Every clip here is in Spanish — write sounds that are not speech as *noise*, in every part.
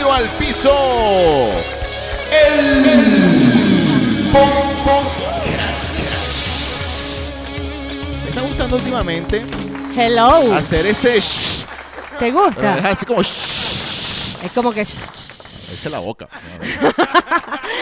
Pues al piso. El, podcast. Me está gustando últimamente Hello. hacer ese shh, ¿Te pero es gusta? así como shh. Es como que. Esa es la boca.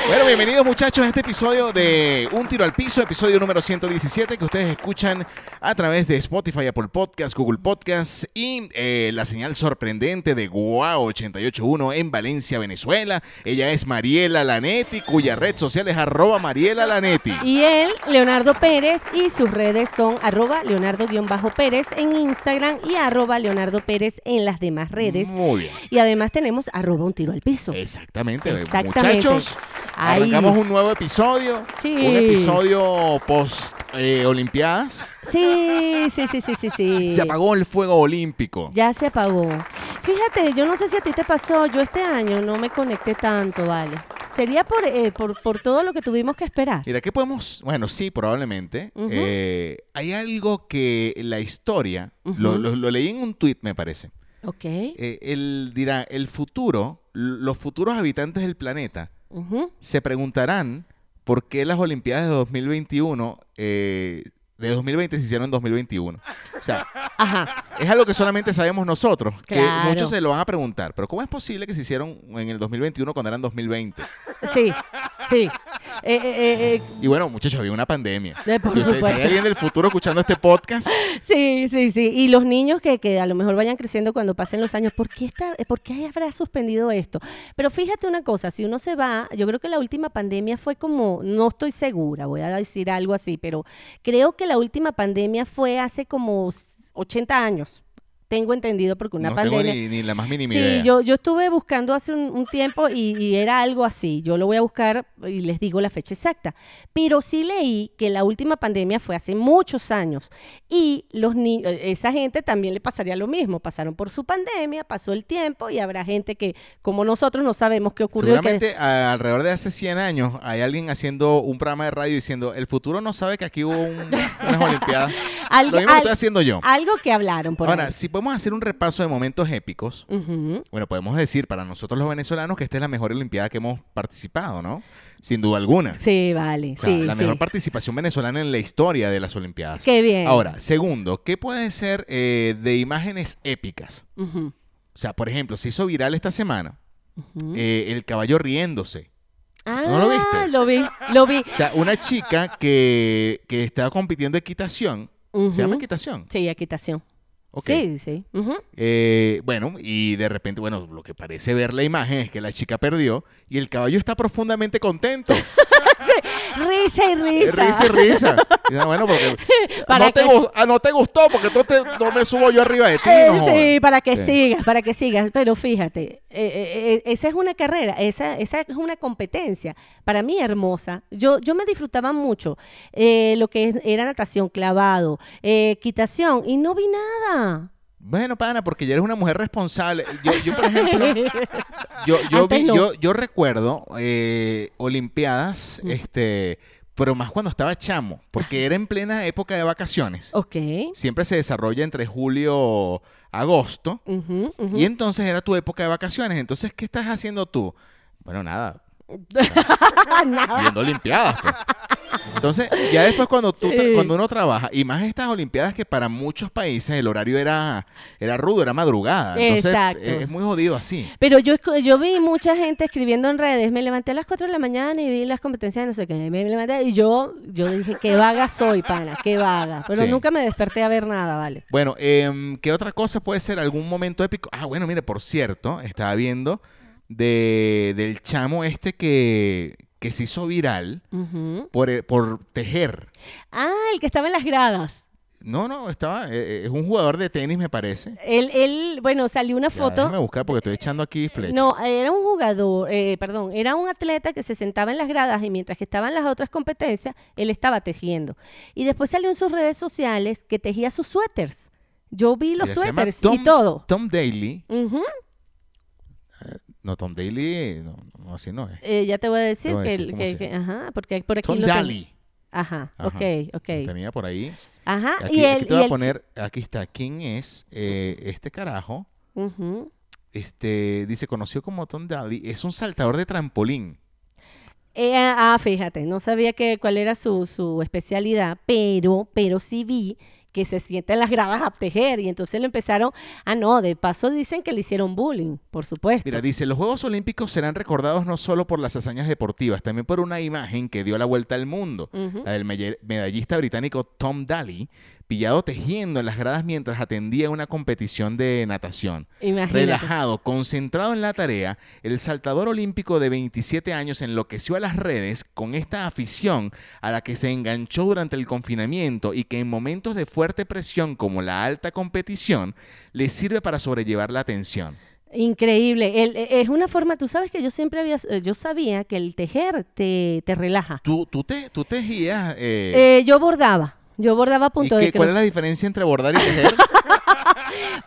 bueno, bienvenidos muchachos a este episodio de Un Tiro al Piso, episodio número 117 que ustedes escuchan a través de Spotify, Apple Podcast, Google Podcast y eh, la señal sorprendente de Guau 881 en Valencia, Venezuela. Ella es Mariela Lanetti, cuya red social es arroba Mariela Lanetti. Y él, Leonardo Pérez, y sus redes son arroba leonardo-pérez en Instagram y arroba leonardo pérez en las demás redes. Muy bien. Y además tenemos arroba un tiro al piso. Exactamente, Exactamente. muchachos. Ahí. Arrancamos un nuevo episodio. Sí. Un episodio eh, post-Olimpiadas. Sí, sí, sí, sí, sí, sí. Se apagó el fuego olímpico. Ya se apagó. Fíjate, yo no sé si a ti te pasó, yo este año no me conecté tanto, vale. Sería por, eh, por, por todo lo que tuvimos que esperar. Mira, ¿qué podemos? Bueno, sí, probablemente. Ujú. Eh, hay algo que la historia, lo, lo- lo leí en un tuit, me parece. Ok. Eh, él dirá, el futuro, l- los futuros habitantes del planeta Ujú. se preguntarán por qué las Olimpiadas de 2021, eh, de 2020 se hicieron en 2021. O sea, Ajá. es algo que solamente sabemos nosotros, que Claro. muchos se lo van a preguntar. Pero ¿cómo es posible que se hicieron en el 2021 cuando eran 2020? Sí, sí. Eh, eh, eh, eh, Y bueno, muchachos, había una pandemia. Eh, por si, usted- si hay supuesto. alguien del futuro escuchando este podcast, Sí, sí, sí. Y los niños que, que a lo mejor vayan creciendo cuando pasen los años, ¿por qué, está, ¿por qué habrá suspendido esto? Pero fíjate una cosa, si uno se va, yo creo que la última pandemia fue como, no estoy segura, voy a decir algo así, pero creo que la última pandemia fue hace como 80 años. Tengo entendido porque *laughs* una no pandemia... tengo ni, ni la más mínima Sí, idea. yo, yo estuve buscando hace un, un tiempo y, y era algo así. Yo lo voy a buscar y les digo la fecha exacta. Pero sí leí que la última pandemia fue hace muchos años y los ni- esa gente también le pasaría lo mismo. Pasaron por su pandemia, pasó el tiempo y habrá gente que, como nosotros, no sabemos qué ocurrió. que- Seguramente a- alrededor de hace 100 años hay alguien haciendo un programa de radio diciendo, el futuro no sabe que aquí hubo un- unas *laughs* Olimpiadas. Al- Lo mismo que al- estoy haciendo yo. Algo que hablaron por Ahora, ahí. si podemos hacer un repaso de momentos épicos, Ujú. bueno, podemos decir para nosotros los venezolanos que esta es la mejor Olimpiada que hemos participado, ¿no? Sin duda alguna. Sí, vale. O sea, sí, la sí. mejor participación venezolana en la historia de las Olimpiadas. Qué bien. Ahora, segundo, ¿qué puede ser eh, de imágenes épicas? Ujú, O sea, por ejemplo, se hizo viral esta semana ujú. eh, el caballo riéndose. ah, ¿no lo viste? Lo vi, lo vi. O sea, una chica que, que estaba compitiendo equitación. ¿Se llama Ujú. equitación? Sí, equitación. Ok. Sí, sí. *laughs* Ujú. Eh, bueno, y de repente, bueno, lo que parece ver la imagen es que la chica perdió y el caballo está profundamente *laughs* contento. Risa y Eh, risa. Risa y risa. Y, ah, bueno, porque *laughs* ¿Para no te, qué? gus- ah, no te gustó porque tú te- no me subo yo arriba de ti. Eh, no jodas. sí, para que Sí. sigas, para que sigas. Pero fíjate, eh, eh, eh, esa es una carrera, esa, esa es una competencia. Para mí hermosa. Yo, yo me disfrutaba mucho eh, lo que es- era natación, clavado, eh, equitación y no vi *laughs* nada. Bueno, pana, porque ya eres una mujer responsable. Yo, yo, por ejemplo, yo, yo, Antes vi- no. yo, yo recuerdo eh, Olimpiadas, Mm. este, pero más cuando estaba chamo, porque era en plena época de vacaciones. Ok. Siempre se desarrolla entre julio, agosto, Ujú, ujú. y entonces era tu época de vacaciones. Entonces, ¿qué estás haciendo tú? Bueno, nada, *laughs* nada. viendo Olimpiadas. pues. Entonces, ya después cuando tú tra- Sí. cuando uno trabaja, y más estas Olimpiadas que para muchos países el horario era, era rudo, era madrugada. Entonces, Exacto. eh, es muy jodido así. Pero yo, escu- yo vi mucha gente escribiendo en redes, me levanté a las 4 de la mañana y vi las competencias de no sé qué, me levanté y yo, yo dije, qué vaga soy, pana, qué vaga. Pero Sí. nunca me desperté a ver nada, ¿vale? Bueno, em, ¿qué otra cosa puede ser? ¿Algún momento épico? Ah, bueno, mire, por cierto, estaba viendo de, del chamo este que, que se hizo viral Ujú. por, eh, por tejer. Ah, el que estaba en las gradas. No, no, estaba, eh, eh, es un jugador de tenis, me parece. Él, él bueno, salió una Ya, foto. déjame buscar porque estoy echando aquí flecha. No, era un jugador, eh, perdón, era un atleta que se sentaba en las gradas y mientras que estaban las otras competencias, él estaba tejiendo. Y después salió en sus redes sociales que tejía sus suéteres. Yo vi los Mira, se llama suéteres Tom- y todo. Tom Daly. Ujú. No, Tom Daly, no, no, así no es. Eh, ya te voy a decir, Te voy a que, decir el- cómo que- se que- ajá, porque por aquí Tom lo tengo. Daly. Ajá, Ajá, ok, ok. lo Tenía por ahí. Ajá, Aquí, y él aquí te voy y a el chi- poner, aquí está, ¿quién es eh, este carajo? Ujú. Eh, Este, dice, conoció como Tom Dalby, es un saltador de trampolín. Eh, ah, fíjate, no sabía que, cuál era su, su especialidad, pero, pero sí vi que se sienta en las gradas a tejer y entonces le empezaron, ah no, de paso dicen que le hicieron bullying, por supuesto. Mira, dice, los Juegos Olímpicos serán recordados no solo por las hazañas deportivas, también por una imagen que dio la vuelta al mundo, Ujú. la del melle- medallista británico Tom Daly, pillado tejiendo en las gradas mientras atendía una competición de natación. Imagínate. Relajado, concentrado en la tarea, el saltador olímpico de 27 años enloqueció a las redes con esta afición a la que se enganchó durante el confinamiento y que en momentos de fuerte presión como la alta competición le sirve para sobrellevar la tensión. Increíble. El- eh, es una forma, tú sabes que yo siempre había, eh, yo sabía que el tejer te, te relaja. Tú, tú, te, tú tejías... eh, Eh, yo bordaba, yo bordaba a ¿y punto qué- de ¿Cuál cruz. es la diferencia entre bordar y *laughs* tejer? Ah,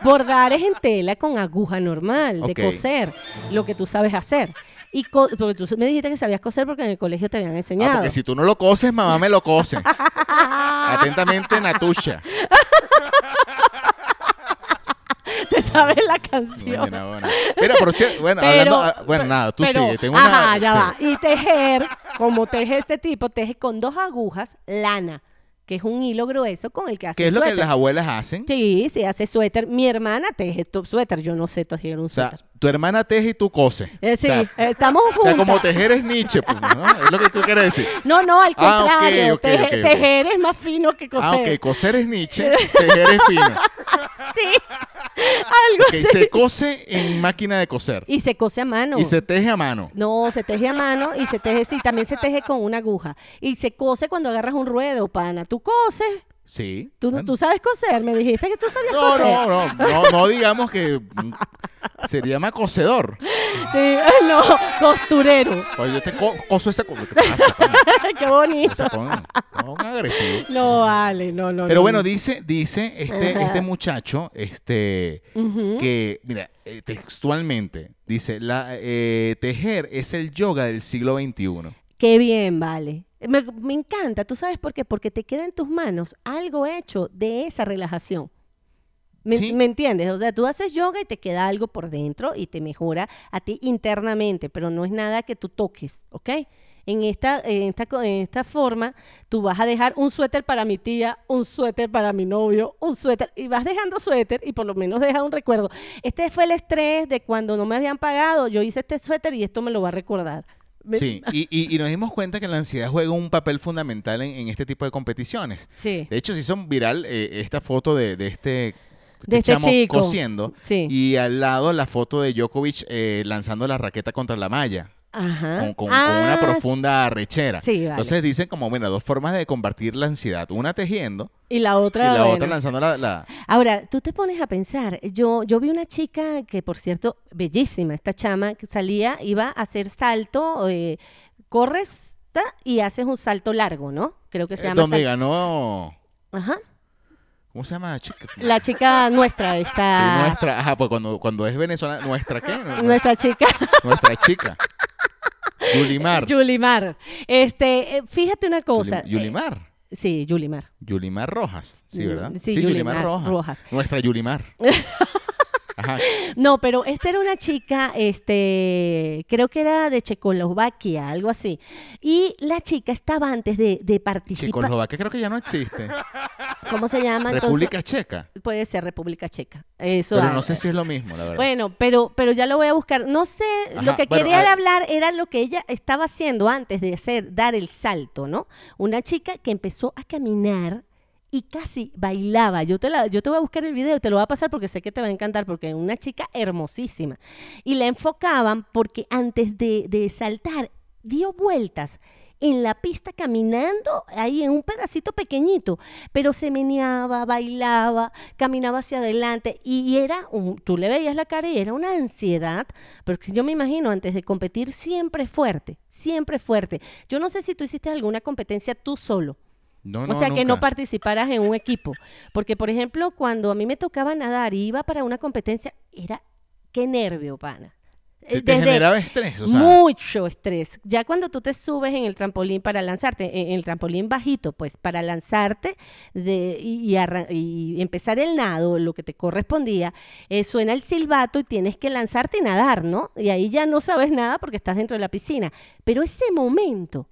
Bordar es en tela con aguja normal, Ok. de coser, lo que tú sabes hacer. Y co- porque tú me dijiste que sabías coser porque en el colegio te habían Ah, enseñado. porque si tú no lo coses, mamá me lo cose. Atentamente, Natusha. *laughs* Te sabes la canción. Bueno, bueno. Mira, por cierto, bueno, hablando, ah, bueno, pe- nada, tú pero- sigue. Tengo ajá, una, ya sí. va. Y tejer, como teje este tipo, teje con dos agujas lana, que es un hilo grueso con el que hace ¿Qué es lo que suéter. las abuelas hacen? Sí, se hace suéter. Mi hermana teje tu- suéter. Yo no sé tejer un O sea, suéter. tu hermana teje y tú coses. Eh, sí, O sea, eh, estamos o sea, juntos. como tejer es Nietzsche, pues, ¿no? Es lo que tú quieres decir. No, no, al Ah, ok, contrario. ok, teje- ok, ok. Tejer es más fino que coser. Ah, ok, coser es *laughs* Nietzsche, tejer es fino. Sí, algo Ok, así. se cose en máquina de coser Y se cose a mano. y se teje a mano. No, se teje a mano y se teje, sí, también se teje con una aguja. Y se cose cuando agarras un ruedo, pana. Tú coses. Sí. Tú, Bueno. tú sabes coser, me dijiste que tú sabías No, coser. no, no, no, no digamos que mm, se llama cocedor. Sí, *laughs* no, costurero. *laughs* Pues yo te co- coso esa cosa. ¿Qué pasa? coño? Qué O bonito. sea, pon- pon agresivo. No, vale, no, no. Pero no. bueno, dice, dice este, Ajá. este muchacho, este, Ujú. que, mira, eh, textualmente, dice, la, eh, tejer es el yoga del siglo XXI. Qué bien, vale. Me, me encanta, ¿tú sabes por qué? Porque te queda en tus manos algo hecho de esa relajación. ¿Me, Sí. me entiendes? O sea, tú haces yoga y te queda algo por dentro y te mejora a ti internamente, pero no es nada que tú toques, ¿ok? En esta, en esta, co- en esta forma, tú vas a dejar un suéter para mi tía, un suéter para mi novio, un suéter, y vas dejando suéter y por lo menos deja un recuerdo. Este fue el estrés de cuando no me habían pagado, yo hice este suéter y esto me lo va a recordar. Me- Sí, y, y- y nos dimos cuenta que la ansiedad juega un papel fundamental en, en este tipo de competiciones. Sí. De hecho, se hizo viral eh, esta foto de, de este, De este chico. cosiendo Sí. y al lado la foto de Djokovic eh, lanzando la raqueta contra la malla. Ajá. con, con- con una Ah, profunda arrechera. Sí, vale. Entonces dicen como, bueno, dos formas de combatir la ansiedad. Una tejiendo Y la y otra. la bueno. otra lanzando la... la- Ahora, tú te pones a pensar. Yo, yo vi una chica que, por cierto, bellísima, esta chama, que salía, iba a hacer salto, eh, corres ta, y haces un salto largo, ¿no? Creo que eh, se llama. donde sal- ganó... Ajá. ¿Cómo se llama la chica? La chica nuestra, Sí, esta. nuestra... Ajá, pues cuando, cuando es venezolana... ¿Nuestra *laughs* qué? No, no, *laughs* nuestra chica. nuestra chica. Yulimar. Yulimar. Este, eh, fíjate una cosa. Yuli- Yulimar. eh, sí, Yulimar. Yulimar Rojas. Sí, Mm, ¿verdad? sí, Yulimar Rojas. Nuestra *laughs* Yulimar. Ajá. No, pero esta era una chica, este, creo que era de Checoslovaquia, algo así. Y la chica estaba antes de, de participar. Checoslovaquia creo que ya no *laughs* existe. ¿Cómo se llama entonces? República Checa. Puede ser República Checa. Eso. Pero ah, no sé si es lo mismo, la verdad. Bueno, pero, pero ya lo voy a buscar. No sé, Ajá, lo que bueno, quería ah, hablar era lo que ella estaba haciendo antes de hacer, dar el salto, ¿no? Una chica que empezó a caminar y casi bailaba. Yo te, la, yo te voy a buscar el video, te lo voy a pasar porque sé que te va a encantar, porque es una chica hermosísima. Y la enfocaban porque antes de, de saltar dio vueltas en la pista caminando ahí en un pedacito pequeñito, pero se meneaba, bailaba, caminaba hacia adelante y, y era un, tú le veías la cara y era una ansiedad, porque yo me imagino antes de competir siempre fuerte, siempre fuerte. Yo no sé si tú hiciste alguna competencia tú solo. No, O sea, que no nunca. participaras en un equipo. Porque, por ejemplo, cuando a mí me tocaba nadar y iba para una competencia, era qué nervio, pana. ¿Te, eh, te desde generaba estrés? O sea, mucho estrés. Ya cuando tú te subes en el trampolín para lanzarte, en en el trampolín bajito, pues para lanzarte de, y, y arran- y empezar el nado, lo que te correspondía, eh, suena el silbato y tienes que lanzarte y nadar, ¿no? Y ahí ya no sabes nada porque estás dentro de la piscina. Pero ese momento,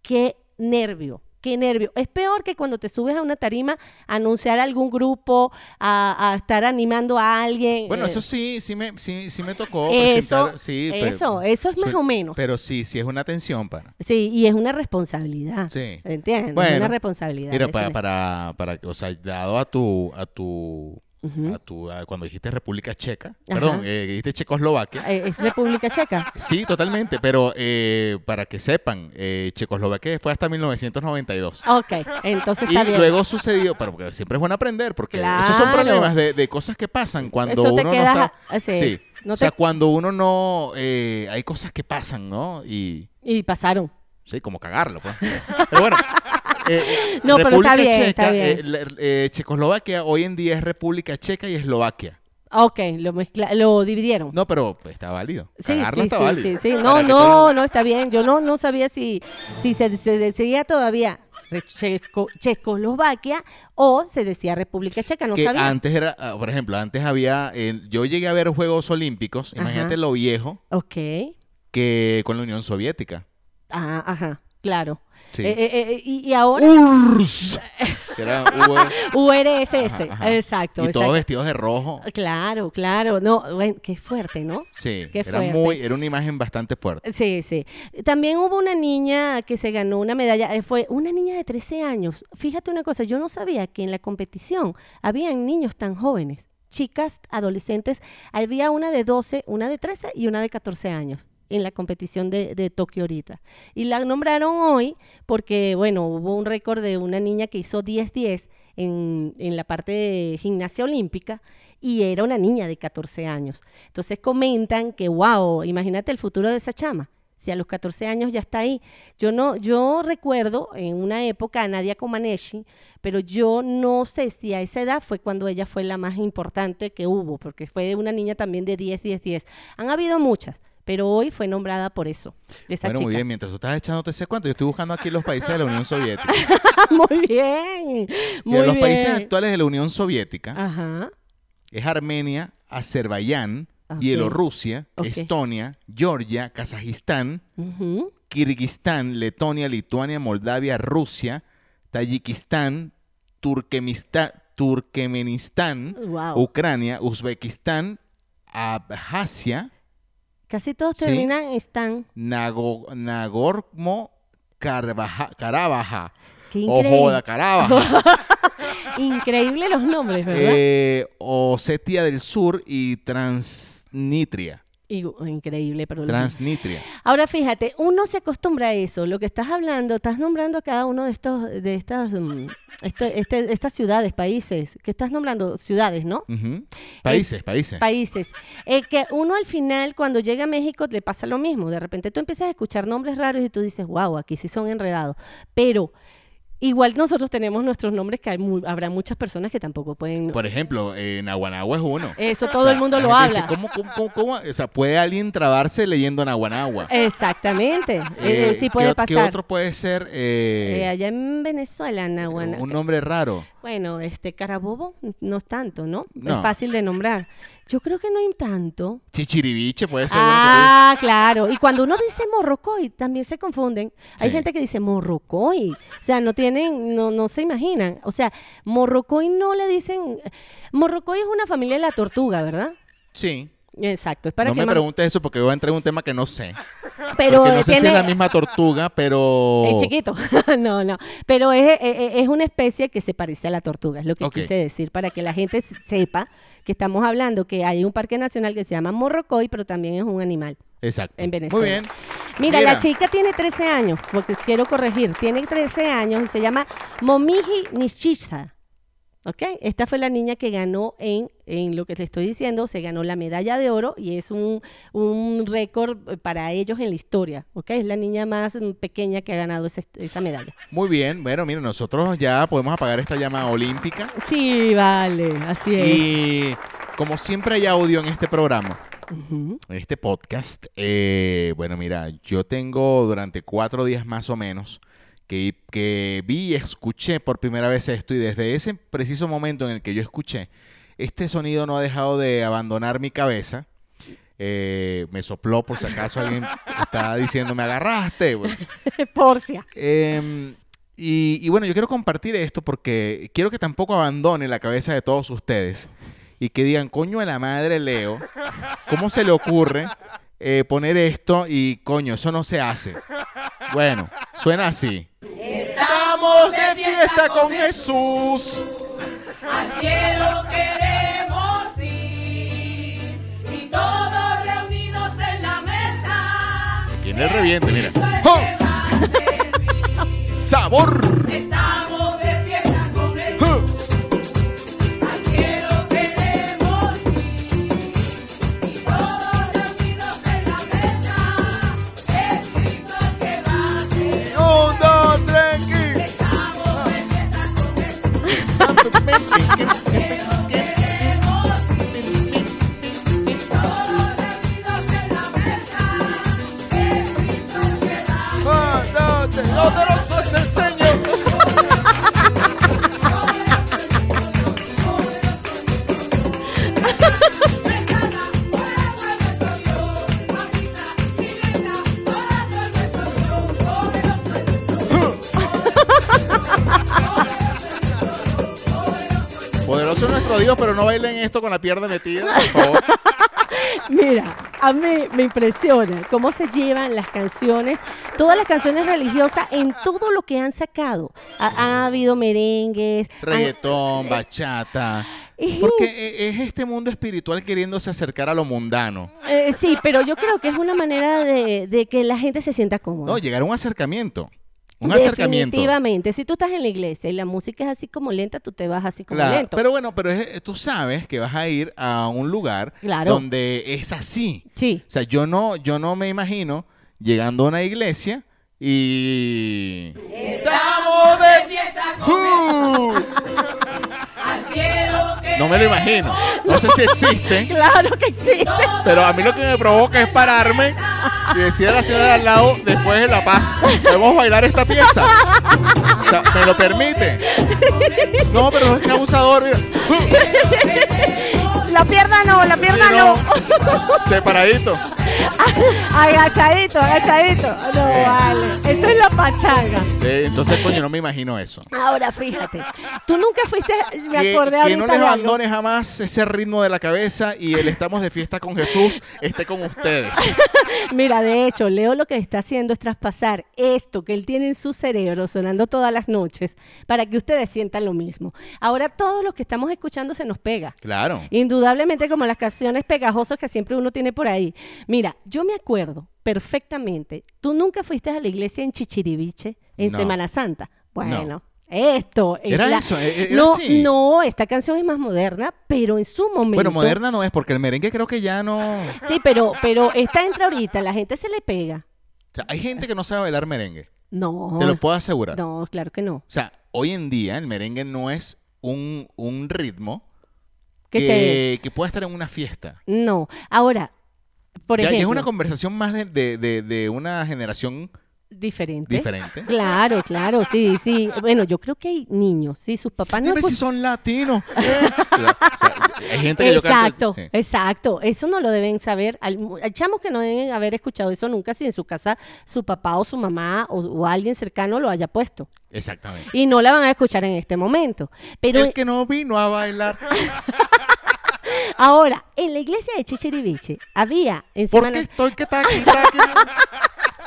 qué nervio. Qué nervio. Es peor que cuando te subes a una tarima a anunciar a algún grupo, a, a estar animando a alguien. bueno, eh, eso sí, sí me, sí, sí me tocó eso, presentar. Sí, pero- eso, eso es más su- o menos. Pero sí, sí es una tensión, pana. Sí, y es una responsabilidad. Sí. ¿Entiendes? Bueno, es una responsabilidad. Mira, para, déjame. para, para, o sea, dado a tu, a tu, Ujú. a tu, a- cuando dijiste República Checa, perdón, eh, dijiste Checoslovaquia. Eh, Es República Checa. Sí, totalmente, pero eh, para que sepan, eh, Checoslovaquia fue hasta 1992. Ok, entonces Y está bien. luego sucedió, pero porque siempre es bueno aprender, porque esos son Claro. problemas de, de cosas que pasan cuando Eso te uno no quedas está... a- sí, no o sea, te- cuando uno no... eh, hay cosas que pasan, ¿no? Y... Y pasaron. Sí, como cagarlo, pues. Pero bueno. eh, *laughs* No, pero República está bien, Checa, está bien. eh, la- eh, Checoslovaquia hoy en día es República Checa y Eslovaquia. Ok, lo, mezcla... lo dividieron. No, pero está válido. Sí, Cagarlo sí, está sí, válido. sí, sí. Para No, que todo no, el- no está bien. Yo no, no sabía si, si se, se decía todavía re- Checo- Checoslovaquia o se decía República Checa. No que sabía. antes era, ah, por ejemplo, antes había, eh, yo llegué a ver Juegos Olímpicos, imagínate Ajá. lo viejo Ok. que con la Unión Soviética. Ah, ajá, claro. Sí. Eh, eh, eh, y, y ahora *laughs* URSS. Que era URSS. URSS. Uh. Ajá, ajá. Exacto. Y todos exacto. vestidos de rojo. Claro, claro. No, bueno, qué fuerte, ¿no? Sí, Qué era fuerte. muy, era una imagen bastante fuerte. Sí, sí. También hubo una niña que se ganó una medalla, eh, fue una niña de 13 años. Fíjate una cosa, yo no sabía que en la competición habían niños tan jóvenes, chicas, adolescentes. Había una de 12, una de 13 y una de 14 años en la competición de, de Tokio ahorita. Y la nombraron hoy porque, bueno, hubo un récord de una niña que hizo 10-10 en, en la parte de gimnasia olímpica y era una niña de 14 años. Entonces comentan que, wow, imagínate el futuro de esa chama. Si a los 14 años ya está ahí. Yo no, yo recuerdo en una época a Nadia Comaneci, pero yo no sé si a esa edad fue cuando ella fue la más importante que hubo, porque fue una niña también de 10, 10, 10. Han habido muchas, pero hoy fue nombrada por eso, de esa bueno, muy chica. bien, mientras tú estás echándote ese cuento, yo estoy buscando aquí los países de la Unión Soviética. *laughs* muy bien. *laughs* Muy Mira, los bien. Ah. países actuales de la Unión Soviética Ajá. es Armenia, Azerbaiyán, Ok. Bielorrusia, Ok. Estonia, Georgia, Kazajistán, ujú. Kirguistán, Letonia, Lituania, Moldavia, Rusia, Tayikistán, Turkmenistán, Turkmenistán, Wow. Ucrania, Uzbekistán, Abjasia, Casi todos Sí. terminan en Stan. Nago- Nagorno Karabaj- Karabaja, Qué increíble. Ojo de Karabaja, Increíble los nombres, ¿verdad? eh, Osetia del Sur y Transnitria. Y- increíble, pero los- Transnitria. Ahora fíjate, uno se acostumbra a eso. Lo que estás hablando, estás nombrando a cada uno de estos, de estas, mm, este- este- estas ciudades, países, que estás nombrando ciudades, ¿no? Ujú. Países, países. Países. Eh, que uno al final, cuando llega a México, le pasa lo mismo. De repente tú empiezas a escuchar nombres raros y tú dices, wow, aquí sí son enredados. Pero igual nosotros tenemos nuestros nombres que hay mu- habrá muchas personas que tampoco pueden. Por ejemplo, eh, Naguanagua es uno. Eso O todo sea, el mundo la lo gente dice, habla. ¿cómo, cómo, cómo, cómo? O sea, ¿puede alguien trabarse leyendo Naguanagua? Exactamente. Eh, *laughs* Eh, sí puede ¿qué, o- ¿Qué pasar. otro puede ser Eh, eh, allá en Venezuela, Nahuana. un nombre raro? Bueno, este Carabobo no es tanto, ¿no? No. Es fácil de nombrar. Yo creo que no hay tanto. Chichiribiche puede ser. bueno, Ah, claro. Y cuando uno dice morrocoy, también se confunden. Hay Sí. gente que dice morrocoy. O sea, no tienen, no, no se imaginan. O sea, morrocoy no le dicen. Morrocoy es una familia de la tortuga, ¿verdad? sí. Exacto. Es para no que me más- preguntes eso porque voy a entrar en un tema que no sé. Pero porque no eh, sé si es tiene- la misma tortuga, pero... Es chiquito. *laughs* no, no. Pero es, e, es- es una especie que se parece a la tortuga, es lo que Ok. quise decir, para que la gente se- sepa que estamos hablando que hay un parque nacional que se llama Morrocoy, pero también es un animal. Exacto. en Venezuela. Muy bien. Mira, Mira. la chica tiene 13 años, porque quiero corregir, tiene 13 años y se llama Momiji Nishiza. ¿Ok? Esta fue la niña que ganó en, en lo que te estoy diciendo, se ganó la medalla de oro y es un, un récord para ellos en la historia. ¿Ok? Es la niña más mm, pequeña que ha ganado ese- esa medalla. Muy bien, bueno, mira, nosotros ya podemos apagar esta llama olímpica. Sí, vale, así es. Y como siempre hay audio en este programa. Ujú. *laughs* en este podcast. eh, bueno, mira, yo tengo durante cuatro días más o menos que, que vi y escuché por primera vez esto y desde ese preciso momento en el que yo escuché, este sonido no ha dejado de abandonar mi cabeza. Eh, me sopló por si acaso alguien estaba diciendo, me agarraste. Bueno, Porcia. eh, y, y bueno, yo quiero compartir esto porque quiero que tampoco abandone la cabeza de todos ustedes y que digan, coño a la madre Leo, ¿cómo se le ocurre eh, poner esto y coño, eso no se hace? Bueno, suena así. Estamos de fiesta con Jesús. Al cielo queremos ir y todos reunidos en la mesa. pues Tiene el reviente, mira. Cristo ¡Oh! es que va a servir. ¡Sabor! Estamos de fiesta con el ¡Oh! al cielo queremos ir y todos reunidos en la mesa. Es Cristo el que va a servir. ¡Un, dos, tres, y- Estamos de fiesta con el todos reunidos en la mesa. Es Cristo el que va a ¡Un, dos, tres! ¡Poderoso es el Señor! Poderoso es nuestro Dios, pero no bailen esto con la pierna metida, por *laughs* favor. Mira, a mí me impresiona cómo se llevan las canciones, todas las canciones religiosas en todo lo que han sacado. Ha, ha habido merengues, han- Reggaetón, bachata. Ejú. Porque e- es este mundo espiritual queriéndose acercar a lo mundano. eh, sí, pero yo creo que es una manera de, de que la gente se sienta cómoda. No, llegar a un acercamiento. Un acercamiento. Definitivamente, si tú estás en la iglesia y la música es así como lenta, tú te vas así como Claro, lento. pero bueno, pero es- eh, tú sabes que vas a ir a un lugar Claro. donde es así. Sí. O sea, yo no, yo no me imagino llegando a una iglesia y estamos de fiesta con ¡Uh! al cielo que No me lo imagino. No sé si existe. *laughs* Claro que sí. Pero a mí lo que me provoca es pararme y decir a la señora de al lado, después de La Paz, podemos bailar esta pieza. O sea, ¿me lo *laughs* permite? No, pero es que abusador. mira. La pierna no, la pierna Sí, no. *laughs* Separadito. *laughs* Agachadito, agachadito. No vale. Esto es la pachanga. Eh, entonces, coño, no me imagino eso. Ahora fíjate, tú nunca fuiste, me Que, acordé que ahorita no de les algo. abandone jamás ese ritmo de la cabeza y el estamos de fiesta con Jesús esté con ustedes. *laughs* Mira, de hecho, Leo lo que está haciendo es traspasar esto que él tiene en su cerebro sonando todas las noches para que ustedes sientan lo mismo. Ahora todos los que estamos escuchando se nos pega. Claro. Indudablemente como las canciones pegajosas que siempre uno tiene por ahí. Mira, yo me acuerdo perfectamente, tú nunca fuiste a la iglesia en Chichiriviche en No. Semana Santa. Bueno, esto es Era la- eso, e- era no, así. no, esta canción es más moderna, pero en su momento Bueno, moderna no es porque el merengue creo que ya no. O Sí, pero, pero esta entra ahorita, la gente se le pega. sea, hay gente que no sabe bailar merengue. No. Te lo puedo asegurar. No, claro que no. O sea, hoy en día el merengue no es un, un ritmo Que que, se- que pueda estar en una fiesta. No. Ahora, por Ya- ya es ejemplo, ¿Eh? una conversación más de, de- de- de una generación diferente. diferente. Claro, claro, sí, sí. Bueno, yo creo que hay niños, sí, sus papás no Dime si escuchan- son latinos. pues *laughs* O sea, o sea, hay gente que yo canto- Exacto, sí. exacto. Eso no lo deben saber. Al- Hay chamos que no deben haber escuchado eso nunca si en su casa su papá o su mamá o, o alguien cercano lo haya puesto. Exactamente. Y no la van a escuchar en este momento. Pero el que no vino a bailar. ahora, en la iglesia de Chichiriviche había en Porque Semana... estoy que está aquí, está aquí.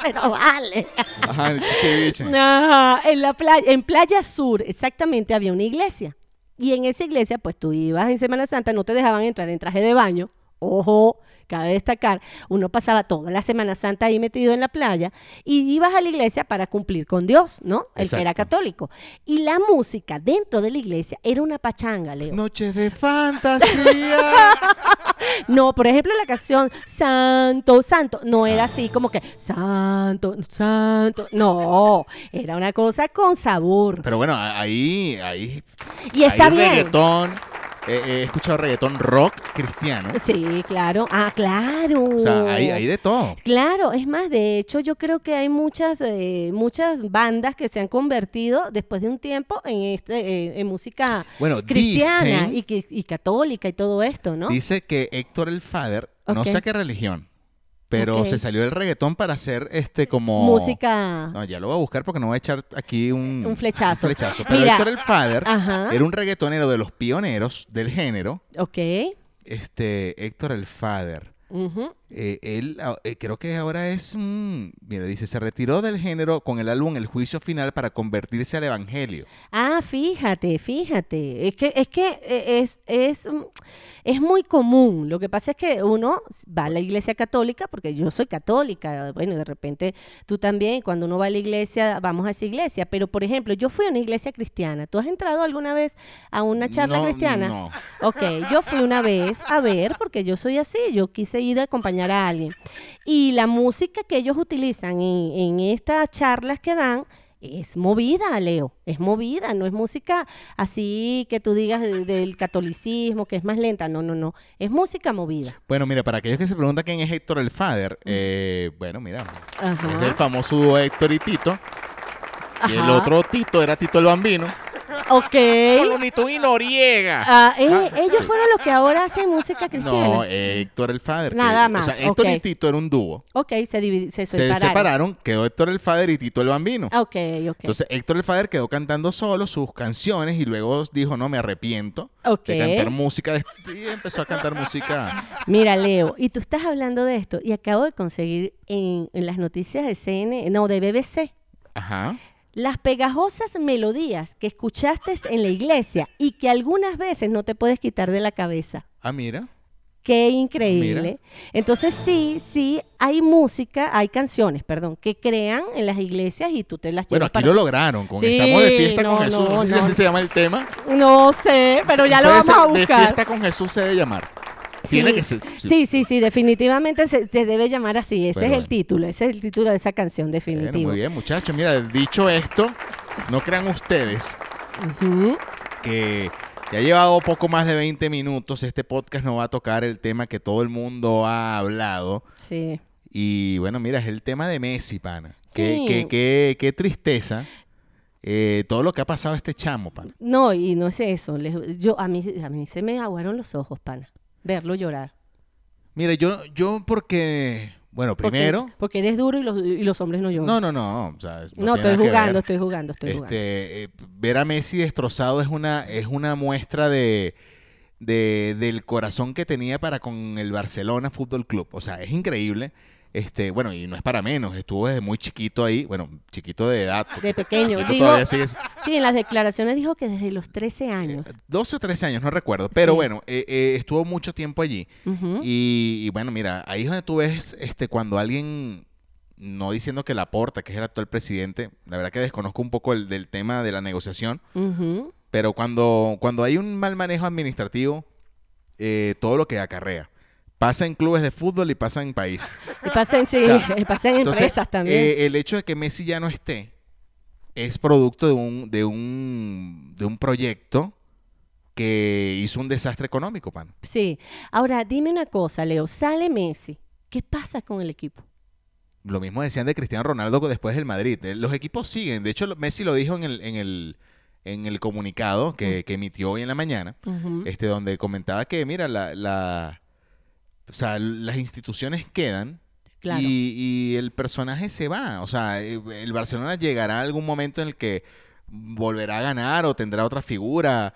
Pero vale. *laughs* Ajá, el chichiviche. Ah, en la playa, en Playa Sur, exactamente, había una iglesia. Y en esa iglesia, pues tú ibas en Semana Santa, no te dejaban entrar en traje de baño. Ojo, cabe destacar, uno pasaba toda la Semana Santa ahí metido en la playa y ibas a la iglesia para cumplir con Dios, ¿no? El que era Exacto. católico. Y la música dentro de la iglesia era una pachanga, Leo. No, Noches de fantasía. por ejemplo, la canción Santo, Santo, no era así como que Santo, Santo, no, era una cosa con sabor. Pero bueno, ahí, ahí Y está hay bien. reggaetón, eh, he escuchado reggaetón rock cristiano. Sí, claro. Ah, claro. O sea, hay, hay de todo. Claro, es más, de hecho yo creo que hay muchas, eh, muchas bandas que se han convertido después de un tiempo en, este, eh, en música Bueno, cristiana dicen- y, que- y católica y todo esto, ¿no? Dice que Héctor el Father, no Ok. sé qué religión, pero Ok. se salió del reggaetón para hacer este como... Música. No, ya lo voy a buscar porque no voy a echar aquí un, Un flechazo. flechazo. Pero Mira. Héctor el Father Ajá. era un reggaetonero de los pioneros del género. Ok. Este, Héctor el Father. Ujú. Eh, él ah, eh, creo que ahora es. mm, mira, dice: se retiró del género con el álbum El Juicio Final para convertirse al evangelio. Ah, fíjate, fíjate. Es que, es que eh, es, es, mm, es muy común. Lo que pasa es que uno va a la iglesia católica, porque yo soy católica, bueno, de repente tú también, cuando uno va a la iglesia, vamos a esa iglesia. Pero, por ejemplo, yo fui a una iglesia cristiana. ¿Tú has entrado alguna vez a una charla Mm, No, cristiana? no. Ok, yo fui una vez a ver, porque yo soy así, yo quise ir a acompañar a alguien. Y la música que ellos utilizan en, en estas charlas que dan es movida, Leo, es movida, no es música así que tú digas de- del catolicismo, que es más lenta, no, no, no, es música movida. Bueno, mira, para aquellos que se preguntan quién es Héctor el Mm. Father, eh, bueno, mira, Ajá. es el famoso dúo Héctor y Tito. Y el Ah. Ajá. ¿Eh? otro Tito era Tito el Bambino. Ok. Colonito y Noriega. Ah, eh, ellos fueron los que ahora hacen música cristiana. No, eh, Héctor el Father. que- Nada más, O sea, Héctor y ok. Tito era un dúo. ok, se, dividi- se Se separaron. separaron, quedó Héctor el Father y Tito el Bambino. Ah, Ok, ok. Entonces Héctor el Fader quedó cantando solo sus canciones y luego dijo, no, me arrepiento Ok. de cantar música. de- este Y empezó a cantar música. Mira, Leo, y tú estás hablando de esto y acabo de conseguir en, en las noticias de CNN, no, de BBC, Ajá. las pegajosas melodías que escuchaste en la iglesia y que algunas veces no te puedes quitar de la cabeza. Ah, mira. Qué increíble. Entonces sí, sí, hay música, hay canciones, perdón, que crean en las iglesias y tú te las Bueno, llevas aquí para- lo lograron. Con, Sí, estamos de fiesta no, con Jesús. No, no, sé si no. *laughs* así se llama el tema. No sé, pero ya lo Puede vamos ser, De a buscar. fiesta con Jesús se debe llamar. Tiene que ser. Sí, sí, sí, definitivamente se, se debe llamar así. Ese Bueno, es bueno. el título, ese es el título de esa canción, Bueno, definitivo. muy bien, muchachos. Mira, dicho esto, no crean ustedes Ujú. que ya ha llevado poco más de 20 minutos. Este podcast no va a tocar el tema que todo el mundo ha hablado. Sí. Y bueno, mira, es el tema de Messi, pana. Qué, Sí. qué- qué- qué tristeza eh, todo lo que ha pasado a este chamo, pana. No, y no es eso. les- yo, a, mí, a mí se me aguaron los ojos, pana. Verlo llorar. Mira, yo, yo porque, bueno, Porque- primero... Porque, eres duro y los, y los hombres no lloran. No, no, no. o sea, No, tiene estoy nada que jugando, ver. estoy jugando, estoy jugando. Este, eh, ver a Messi destrozado es una, es una muestra de, de- del corazón que tenía para con el Barcelona Fútbol Club. O sea, es increíble. Este, bueno, y no es para menos, estuvo desde muy chiquito ahí, bueno, chiquito de edad. porque De pequeño. chiquito Dijo, todavía sigue- Eh, sí, en las declaraciones dijo que desde los 13 años. 12 o 13 años, no recuerdo. Pero Sí. bueno, eh, eh, estuvo mucho tiempo allí. Ujú. Y, y bueno, mira, ahí es donde tú ves este, cuando alguien, no diciendo que Laporta, que es el actual presidente, la verdad que desconozco un poco el del tema de la negociación, Ujú. pero cuando, cuando hay un mal manejo administrativo, eh, todo lo que acarrea. Pasa en clubes de fútbol y pasa en *laughs* país. Y pasan, O sí, *laughs* sea, pasan Entonces, empresas también. eh, el hecho de que Messi ya no esté es producto de un, de un, de un proyecto que hizo un desastre económico, pan. sí. Ahora, dime una cosa, Leo. Sale Messi. ¿Qué pasa con el equipo? Lo mismo decían de Cristiano Ronaldo después del Madrid. Eh, Los equipos siguen. De hecho, lo- Messi lo dijo en el, en el, en el comunicado que, que emitió hoy en la mañana, Ujú. este, donde comentaba que, mira, la, la- o sea, las instituciones quedan Claro. y, y el personaje se va. O sea, eh, el Barcelona llegará a algún momento en el que volverá a ganar o tendrá otra figura.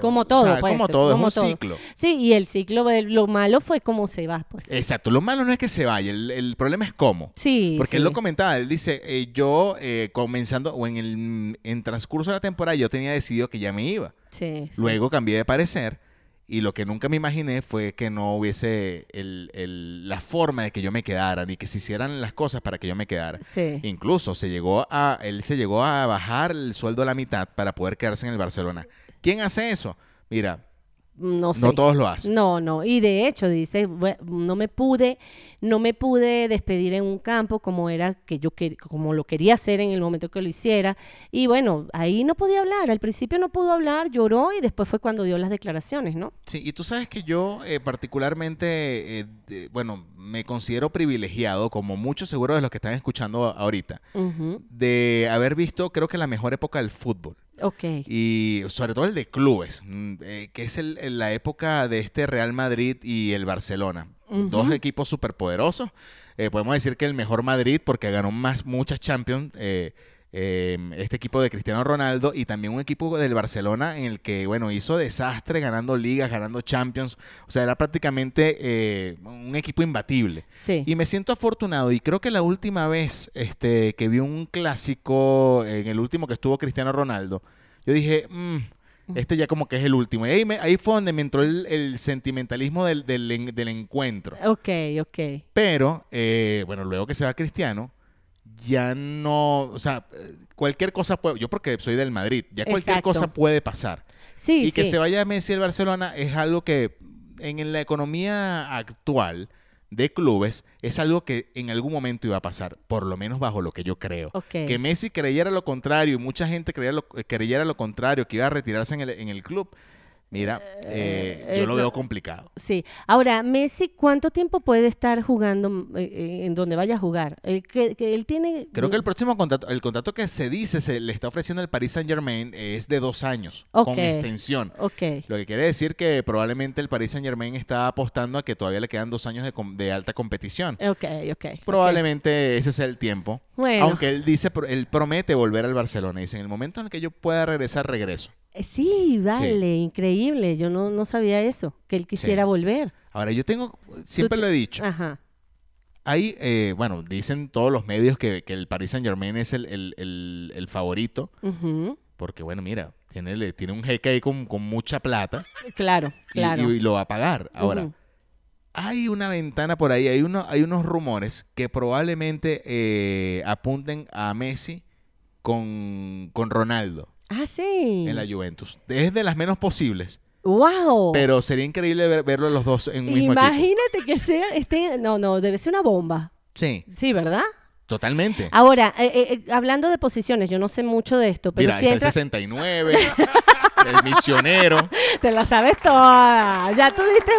Como O sea, todo, pues, como todo, como es un todo. ciclo. Sí, y el ciclo, de- lo malo fue cómo se va, pues. Exacto, lo malo no es que se vaya, el, el problema es cómo. sí. Porque sí. él lo comentaba, él dice, eh, yo eh, comenzando, o en el en transcurso de la temporada, yo tenía decidido que ya me iba. Sí, sí. Luego cambié de parecer y lo que nunca me imaginé fue que no hubiese el- el- la forma de que yo me quedara, ni que se hicieran las cosas para que yo me quedara. Sí. Incluso se llegó a, él se llegó a bajar el sueldo a la mitad para poder quedarse en el Barcelona. ¿Quién hace eso? Mira, no sé. No todos lo hacen. No, no. Y de hecho dice, "Bue- no me pude, no me pude despedir en un campo como era que yo quer- como lo quería hacer en el momento que lo hiciera. Y bueno, ahí no podía hablar. Al principio no pudo hablar, lloró y después fue cuando dio las declaraciones, ¿no? Sí, y tú sabes que yo eh, particularmente, eh, de- bueno, me considero privilegiado, como muchos seguro de los que están escuchando a- ahorita, Ujú. de haber visto, creo que la mejor época del fútbol. Ok. Y sobre todo el de clubes, mm, eh, que es el- el- la época de este Real Madrid y el Barcelona. Dos equipos superpoderosos. Eh, podemos decir que el mejor Madrid porque ganó más muchas Champions. eh, eh, este equipo de Cristiano Ronaldo y también un equipo del Barcelona en el que, bueno, hizo desastre ganando ligas, ganando Champions. O sea, era prácticamente eh, un equipo imbatible. Sí. Y me siento afortunado y creo que la última vez este, que vi un clásico, en el último que estuvo Cristiano Ronaldo, yo dije, "Mm, este ya como que es el último. Y ahí, me- ahí fue donde me entró el, el sentimentalismo del, del en- del encuentro. Ok, ok. Pero, eh, bueno, luego que se va Cristiano, ya no, o sea, eh, cualquier cosa puede, yo porque soy del Madrid, ya cualquier Exacto. cosa puede pasar. Sí, y que sí. se vaya Messi al Barcelona es algo que en la economía actual de clubes es algo que en algún momento iba a pasar, por lo menos bajo lo que yo creo. Ok. Que Messi creyera lo contrario y mucha gente creyera lo, creyera lo contrario, que iba a retirarse en el, en el club. Mira, eh, Eh, yo lo no. veo complicado. Sí. Ahora, Messi, ¿cuánto tiempo puede estar jugando mm, eh, eh, en donde vaya a jugar? Él, que, que él tiene... Creo que el próximo contrato, el contrato que se dice se le está ofreciendo el Paris Saint Germain es de dos años, Ok. con extensión. Ok. Lo que quiere decir que probablemente el Paris Saint Germain está apostando a que todavía le quedan dos años de, com- de alta competición. Ok, ok. ok. Probablemente ese sea el tiempo. Bueno. Aunque él dice, pro- él promete volver al Barcelona. Dice, en el momento en el que yo pueda regresar, regreso. Eh, Sí, vale, increíble. Yo no, no sabía eso, que él quisiera Sí. volver. Ahora, yo tengo, siempre Tú- Ah. lo he dicho, Ajá. Ahí, eh, bueno, dicen todos los medios que, que el Paris Saint Germain es el, el- el- el favorito. ujú, Porque, bueno, mira, tiene, le- tiene un jeque ahí con, con mucha plata Claro, y- claro. y, lo va a pagar. Ahora, Ujú. hay una ventana por ahí, hay, uno, hay unos rumores que probablemente eh, apunten a Messi con, con Ronaldo Ah, sí. en la Juventus. Es de las menos posibles, ¡Wow! pero sería increíble ver- verlo los dos en un mismo equipo. Imagínate que sea, este, no, no, debe ser una bomba. Sí, Sí, ¿verdad? totalmente. Ahora, eh, eh, eh, hablando de posiciones, yo no sé mucho de esto, pero Mira, si ahí está entra- el 69, el *laughs* misionero. te la sabes toda. Ya tú diste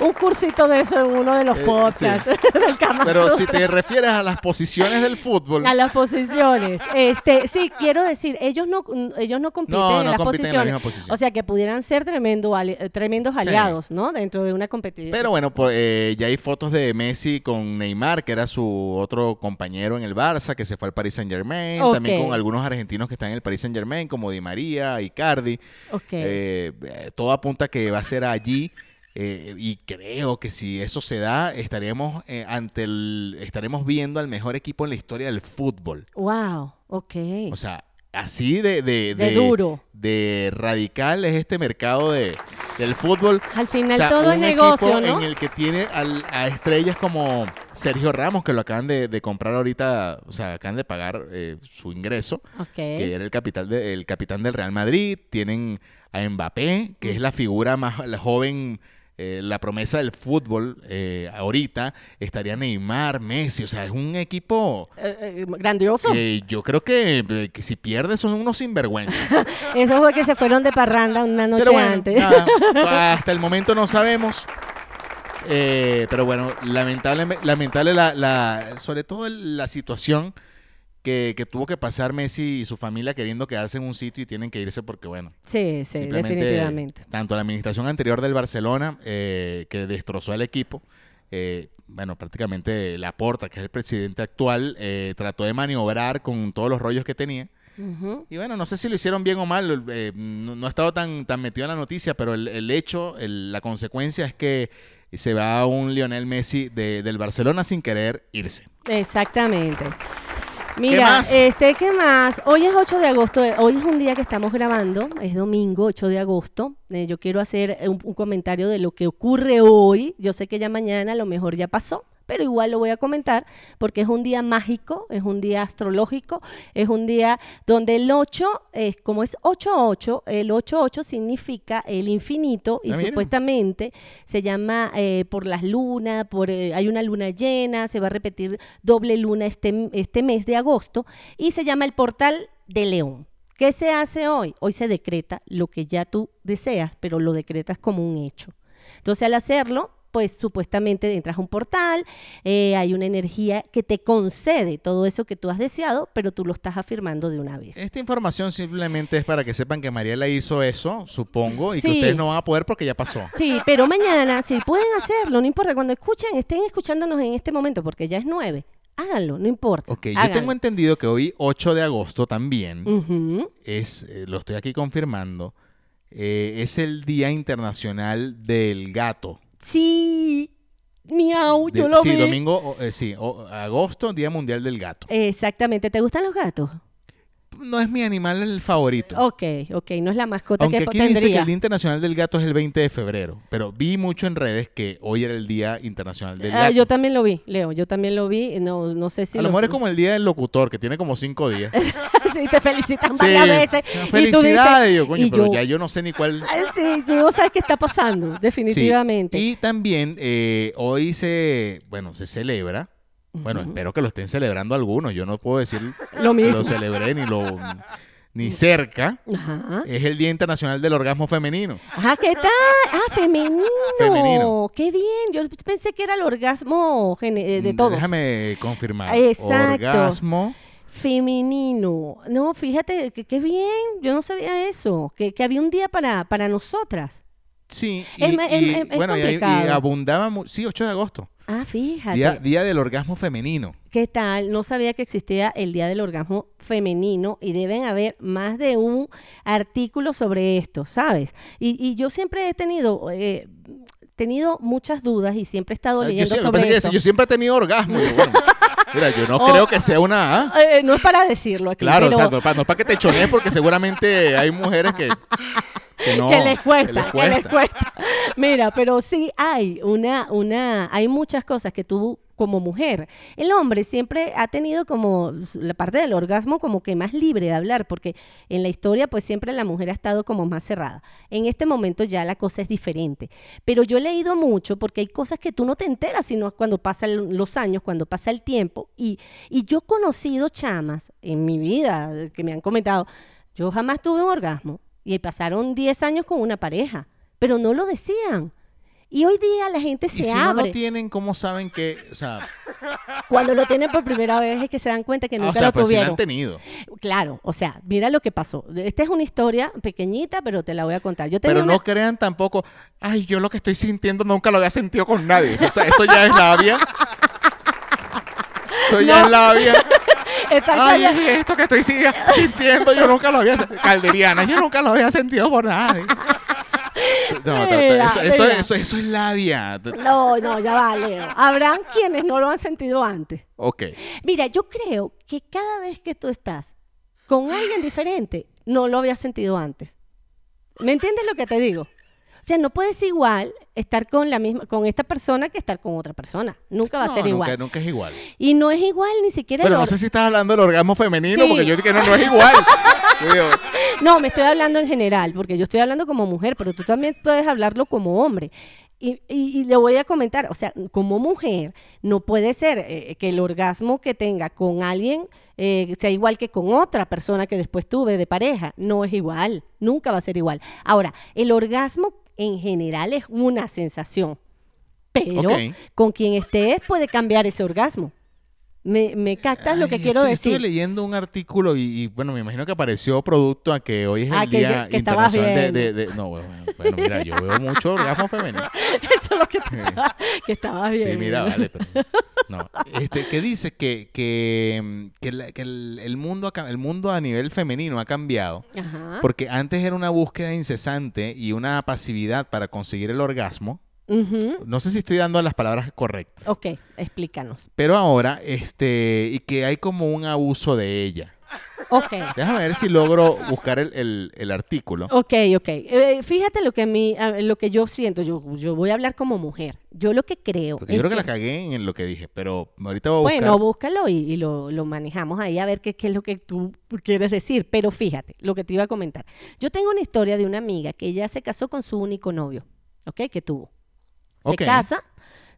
un, un cursito de eso en uno de los Eh, podcasts *laughs* del Kama Pero si Sutra. te refieres a las posiciones del fútbol, A las posiciones. Este, sí, quiero decir, ellos no, ellos no compiten No, en no las compiten en la posiciones. misma posición. O sea que pudieran ser tremendo ali- eh, tremendos Sí. aliados, ¿no? Dentro de una competición. Pero bueno, por- eh, ya hay fotos de Messi con Neymar, que era su otro compañero en el Barça, que se fue al Paris Saint Germain. Ok. También con algunos argentinos que están en el Paris Saint Germain, como Di María, Icardi. ok. Eh, eh, todo apunta que va a ser allí. eh, y creo que si eso se da, estaremos, eh, ante el, estaremos viendo al mejor equipo en la historia del fútbol. wow, ok. O sea, así de, de, De duro. de radical es este mercado de, del fútbol. Al final O sea, todo es un negocio, equipo ¿no? En el que tiene al- a estrellas como Sergio Ramos, que lo acaban de, de comprar ahorita, o sea, acaban de pagar eh, su ingreso, Ok. Eh, que era el, capital de- el capitán del Real Madrid. Tienen a Mbappé, que es la figura más la joven. eh, la promesa del fútbol eh, ahorita estaría Neymar, Messi, o sea, es un equipo Eh, eh, grandioso. que yo creo que, eh, que si pierde son unos sinvergüenzas. Esos fue que se fueron de parranda una noche Pero bueno, antes. *laughs* nada, hasta el momento no sabemos. Eh, pero bueno, lamentable, lamentable la, la- sobre todo el- la situación que, que tuvo que pasar Messi y su familia queriendo quedarse en un sitio y tienen que irse porque, bueno, sí, sí, simplemente definitivamente. tanto la administración anterior del Barcelona, eh, que destrozó al equipo, eh, bueno, prácticamente Laporta, que es el presidente actual, eh, trató de maniobrar con todos los rollos que tenía. Ujú. Y bueno, no sé si lo hicieron bien o mal, eh, no, no he estado tan, tan metido en la noticia, pero el, el hecho, el- la consecuencia es que se va un Lionel Messi de- del Barcelona sin querer irse. Exactamente. Mira, más? este, ¿qué más? Hoy es 8 de agosto, eh, hoy es un día que estamos grabando, es domingo 8 de agosto. Eh, yo quiero hacer eh, un, un comentario de lo que ocurre hoy. Yo sé que ya mañana a lo mejor ya pasó, pero igual lo voy a comentar porque es un día mágico, es un día astrológico, es un día donde el 8, es como es 8-8, el 8-8 significa el infinito y Ah, mira. supuestamente se llama eh, por las lunas, por, eh, hay una luna llena, se va a repetir doble luna este, este mes de agosto y se llama el portal de León. ¿Qué se hace hoy? Hoy se decreta lo que ya tú deseas, pero lo decretas como un hecho. Entonces al hacerlo, pues supuestamente entras a un portal, eh, hay una energía que te concede todo eso que tú has deseado, pero tú lo estás afirmando de una vez. Esta información simplemente es para que sepan que Mariela hizo eso, supongo, y que Sí. ustedes no van a poder porque ya pasó. Sí, pero mañana, si pueden hacerlo, no importa, cuando escuchen, estén escuchándonos en este momento, porque ya es nueve, háganlo, no importa. Ok, yo háganlo. tengo entendido que hoy, 8 de agosto también, Ujú. es, eh, lo estoy aquí confirmando, eh, es el Día Internacional del Gato. Sí, miau, yo De- lo sí, vi. domingo, o- eh, sí, o- agosto, Día Mundial del Gato. Exactamente, ¿te gustan los gatos? No es mi animal el favorito. Ok, ok, no es la mascota Aunque que aquí dice que Oh, tendría. el Día Internacional del Gato es el 20 de febrero, pero vi mucho en redes que hoy era el Día Internacional del Ah, Gato. yo también lo vi, Leo, yo también lo vi, no, no sé si... a lo mejor es como el Día del Locutor, que tiene como cinco días. *laughs* sí, te felicitan Sí, *laughs* Ah, varias veces. y tú dices, Felicidades, yo, coño, y pero yo- ya yo no sé ni cuál. "Ay, Sí, tú no sabes qué está pasando, Sí. definitivamente. Y también eh, hoy se, bueno, se celebra. Bueno, espero que lo estén celebrando algunos. Yo no puedo decir Lo que mismo. lo celebré ni lo ni cerca. Ajá. Es el Día Internacional del Orgasmo Femenino. Ah, ¿qué tal? Ah, femenino. Femenino. Qué bien. Yo pensé que era el orgasmo gene- eh, de todos. Mm, Déjame confirmar. Exacto. Orgasmo. Femenino. No, fíjate, que- qué bien. Yo no sabía eso. Que, que había un día para, para nosotras. Sí, y, Es ma- es- y, es- es bueno, y, ahí- y complicado. abundaba, mu- sí, 8 de agosto, Ah, fíjate. día, día del orgasmo femenino. ¿Qué tal? No sabía que existía el Día del Orgasmo Femenino y deben haber más de un artículo sobre esto, ¿sabes? Y, y yo siempre he tenido, eh, tenido muchas dudas y siempre he estado Ah, Yo, leyendo sí- me sobre parece que esto. yo siempre he tenido orgasmo. Yo, *laughs* bueno, mira, yo no Oh. creo que sea una... ¿ah? Eh, no es para decirlo aquí, Claro, pero- o sea, no, para, no para que te chonees porque seguramente hay mujeres que, que no... que les cuesta, que les cuesta. Mira, pero sí hay una, una, hay muchas cosas que tú como mujer, el hombre siempre ha tenido como la parte del orgasmo como que más libre de hablar, porque en la historia pues siempre la mujer ha estado como más cerrada. En este momento ya la cosa es diferente, pero yo he leído mucho porque hay cosas que tú no te enteras sino cuando pasan los años, cuando pasa el tiempo y, y yo he conocido chamas en mi vida que me han comentado, yo jamás tuve un orgasmo y pasaron 10 años con una pareja, pero no lo decían. Y hoy día la gente Y se si no abre. lo tienen, ¿cómo saben que...? O sea, Cuando lo tienen por primera vez es que se dan cuenta que ah, nunca o sea lo pues si la tuvieron. han tenido. Claro, o sea, mira lo que pasó. Esta es una historia pequeñita, pero te la voy a contar. Yo tenía Pero una- no crean tampoco, ay, yo lo que estoy sintiendo nunca lo había sentido con nadie. O sea, eso ya es labia. Eso ya No. es *laughs* labia. Está Ay, calla- es esto que estoy si- sintiendo, yo nunca lo había sentido. Calderiana, yo nunca lo había sentido por nadie. No, ta- ta- Mira, eso, eso- mira. eso- eso es labia. Ta- No, no, ya va, Leo. Habrán quienes no lo han sentido antes. Ok. Mira, yo creo que cada vez que tú estás con alguien diferente, no lo habías sentido antes. ¿Me entiendes lo que te digo? O sea, no puedes igual estar con la misma, con esta persona que estar con otra persona. Nunca va a No, ser nunca, igual. nunca es igual. Y no es igual ni siquiera. Pero el no or- sé si estás hablando del orgasmo femenino, Sí. porque yo dije que no, no es *laughs* igual. Yo digo, No, me estoy hablando en general, porque yo estoy hablando como mujer, pero tú también puedes hablarlo como hombre. Y, y- y le voy a comentar, o sea, como mujer, no puede ser eh, que el orgasmo que tenga con alguien eh, sea igual que con otra persona que después tuve de pareja. No es igual, nunca va a ser igual. Ahora, el orgasmo en general es una sensación, pero Ok. con quien estés puede cambiar ese orgasmo. ¿Me, me captas lo ay, que yo quiero estoy- decir? *laughs* Estuve leyendo un artículo y, y, bueno, me imagino que apareció producto a que hoy es el Ah, que yo- día que estabas internacional de, de- de- No, bueno, bueno, mira, yo veo mucho orgasmo *laughs* femenino. Eso es lo que, te estaba, que estabas bien. Sí, mira, vale. pero- no. Este, ¿Qué dice? Que, que, mm, que la- que el, el mundo, ha ca- el mundo a nivel femenino ha cambiado. Ajá. Porque antes era una búsqueda incesante y una pasividad para conseguir el orgasmo. Ujú. No sé si estoy dando las palabras correctas. Ok, explícanos. Pero ahora, este, y que hay como un abuso de ella. Ok. Déjame ver si logro buscar el, el- el artículo. Ok, ok. Eh, fíjate lo que a mí, a- lo que yo siento, yo, yo voy a hablar como mujer. Yo lo que creo. Porque yo es creo que que- la cagué en lo que dije, pero ahorita voy a buscar. Oh, este Bueno, búscalo y, y lo, lo manejamos ahí a ver qué, qué es lo que tú quieres decir. Pero fíjate, lo que te iba a comentar. Yo tengo una historia de una amiga que ella se casó con su único novio, ¿ok? Que tuvo. Se Ok. casa,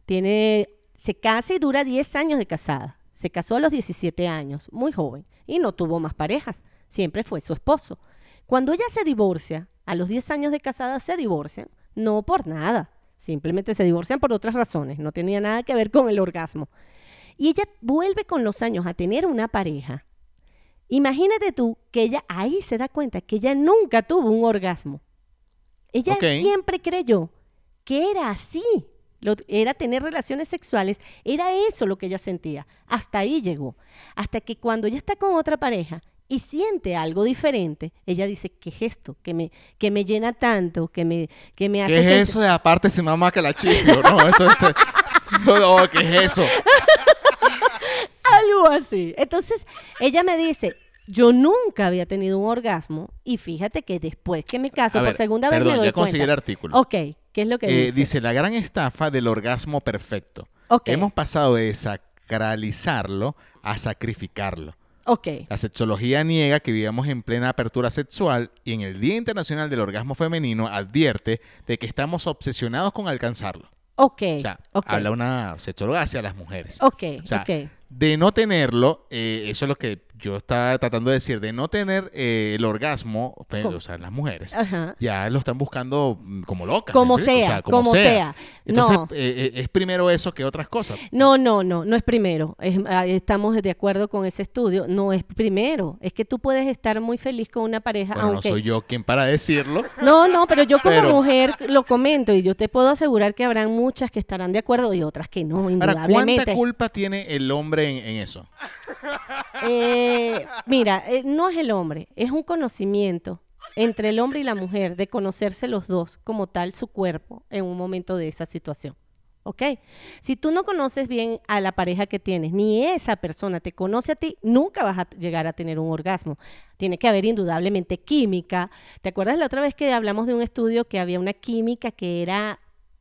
tiene, se casa y dura 10 años de casada. Se casó a los 17 años, muy joven, y no tuvo más parejas. Siempre fue su esposo. Cuando ella se divorcia, a los 10 años de casada se divorcian, no por nada. Simplemente se divorcian por otras razones. No tenía nada que ver con el orgasmo y ella vuelve con los años a tener una pareja. Imagínate tú que ella ahí se da cuenta que ella nunca tuvo un orgasmo. Ella Ok. siempre creyó que era así, lo- era tener relaciones sexuales, era eso lo que ella sentía. Hasta ahí llegó. Hasta que cuando ella está con otra pareja y siente algo diferente, ella dice, ¿qué es esto? Que me, que me llena tanto, que me, que me hace... ¿Qué sentir- es eso de aparte se mamá que la chifio? No, eso es... este, *laughs* No, ¿qué es eso? Algo así. Entonces, ella me dice, yo nunca había tenido un orgasmo y fíjate que después que me caso A por ver, segunda vez perdón, me doy ya conseguí cuenta. el artículo. Ok, ¿qué es lo que Eh, dice? dice, la gran estafa del orgasmo perfecto. Ok. Hemos pasado de sacralizarlo a sacrificarlo. Ok, La sexología niega que vivamos en plena apertura sexual y en el Día Internacional del Orgasmo Femenino advierte de que estamos obsesionados con alcanzarlo. ok, O sea, ok, habla una sexóloga hacia las mujeres. ok, O sea, ok. De no tenerlo, eh, eso es lo que yo estaba tratando de decir, de no tener eh, el orgasmo, fe- ¿Cómo? o sea, las mujeres, Ajá. ya lo están buscando mm, como locas. ¿me Como explico? sea, como sea. Entonces, No. eh, eh, es primero eso que otras cosas. No, no, no, no es primero. Es- ah, estamos de acuerdo con ese estudio. No es primero. Es que tú puedes estar muy feliz con una pareja, Bueno, aunque no soy yo quien para decirlo. No, no, pero yo como Pero- mujer lo comento y yo te puedo asegurar que habrán muchas que estarán de acuerdo y otras que no, Ahora, ¿cuánta indudablemente. culpa tiene el hombre en, en eso? Eh, mira, eh, no es el hombre, es un conocimiento entre el hombre y la mujer de conocerse los dos como tal su cuerpo en un momento de esa situación. ¿Ok? Si tú no conoces bien a la pareja que tienes, ni esa persona te conoce a ti, nunca vas a t- llegar a tener un orgasmo. Tiene que haber indudablemente química. ¿Te acuerdas la otra vez que hablamos de un estudio que había una química que era,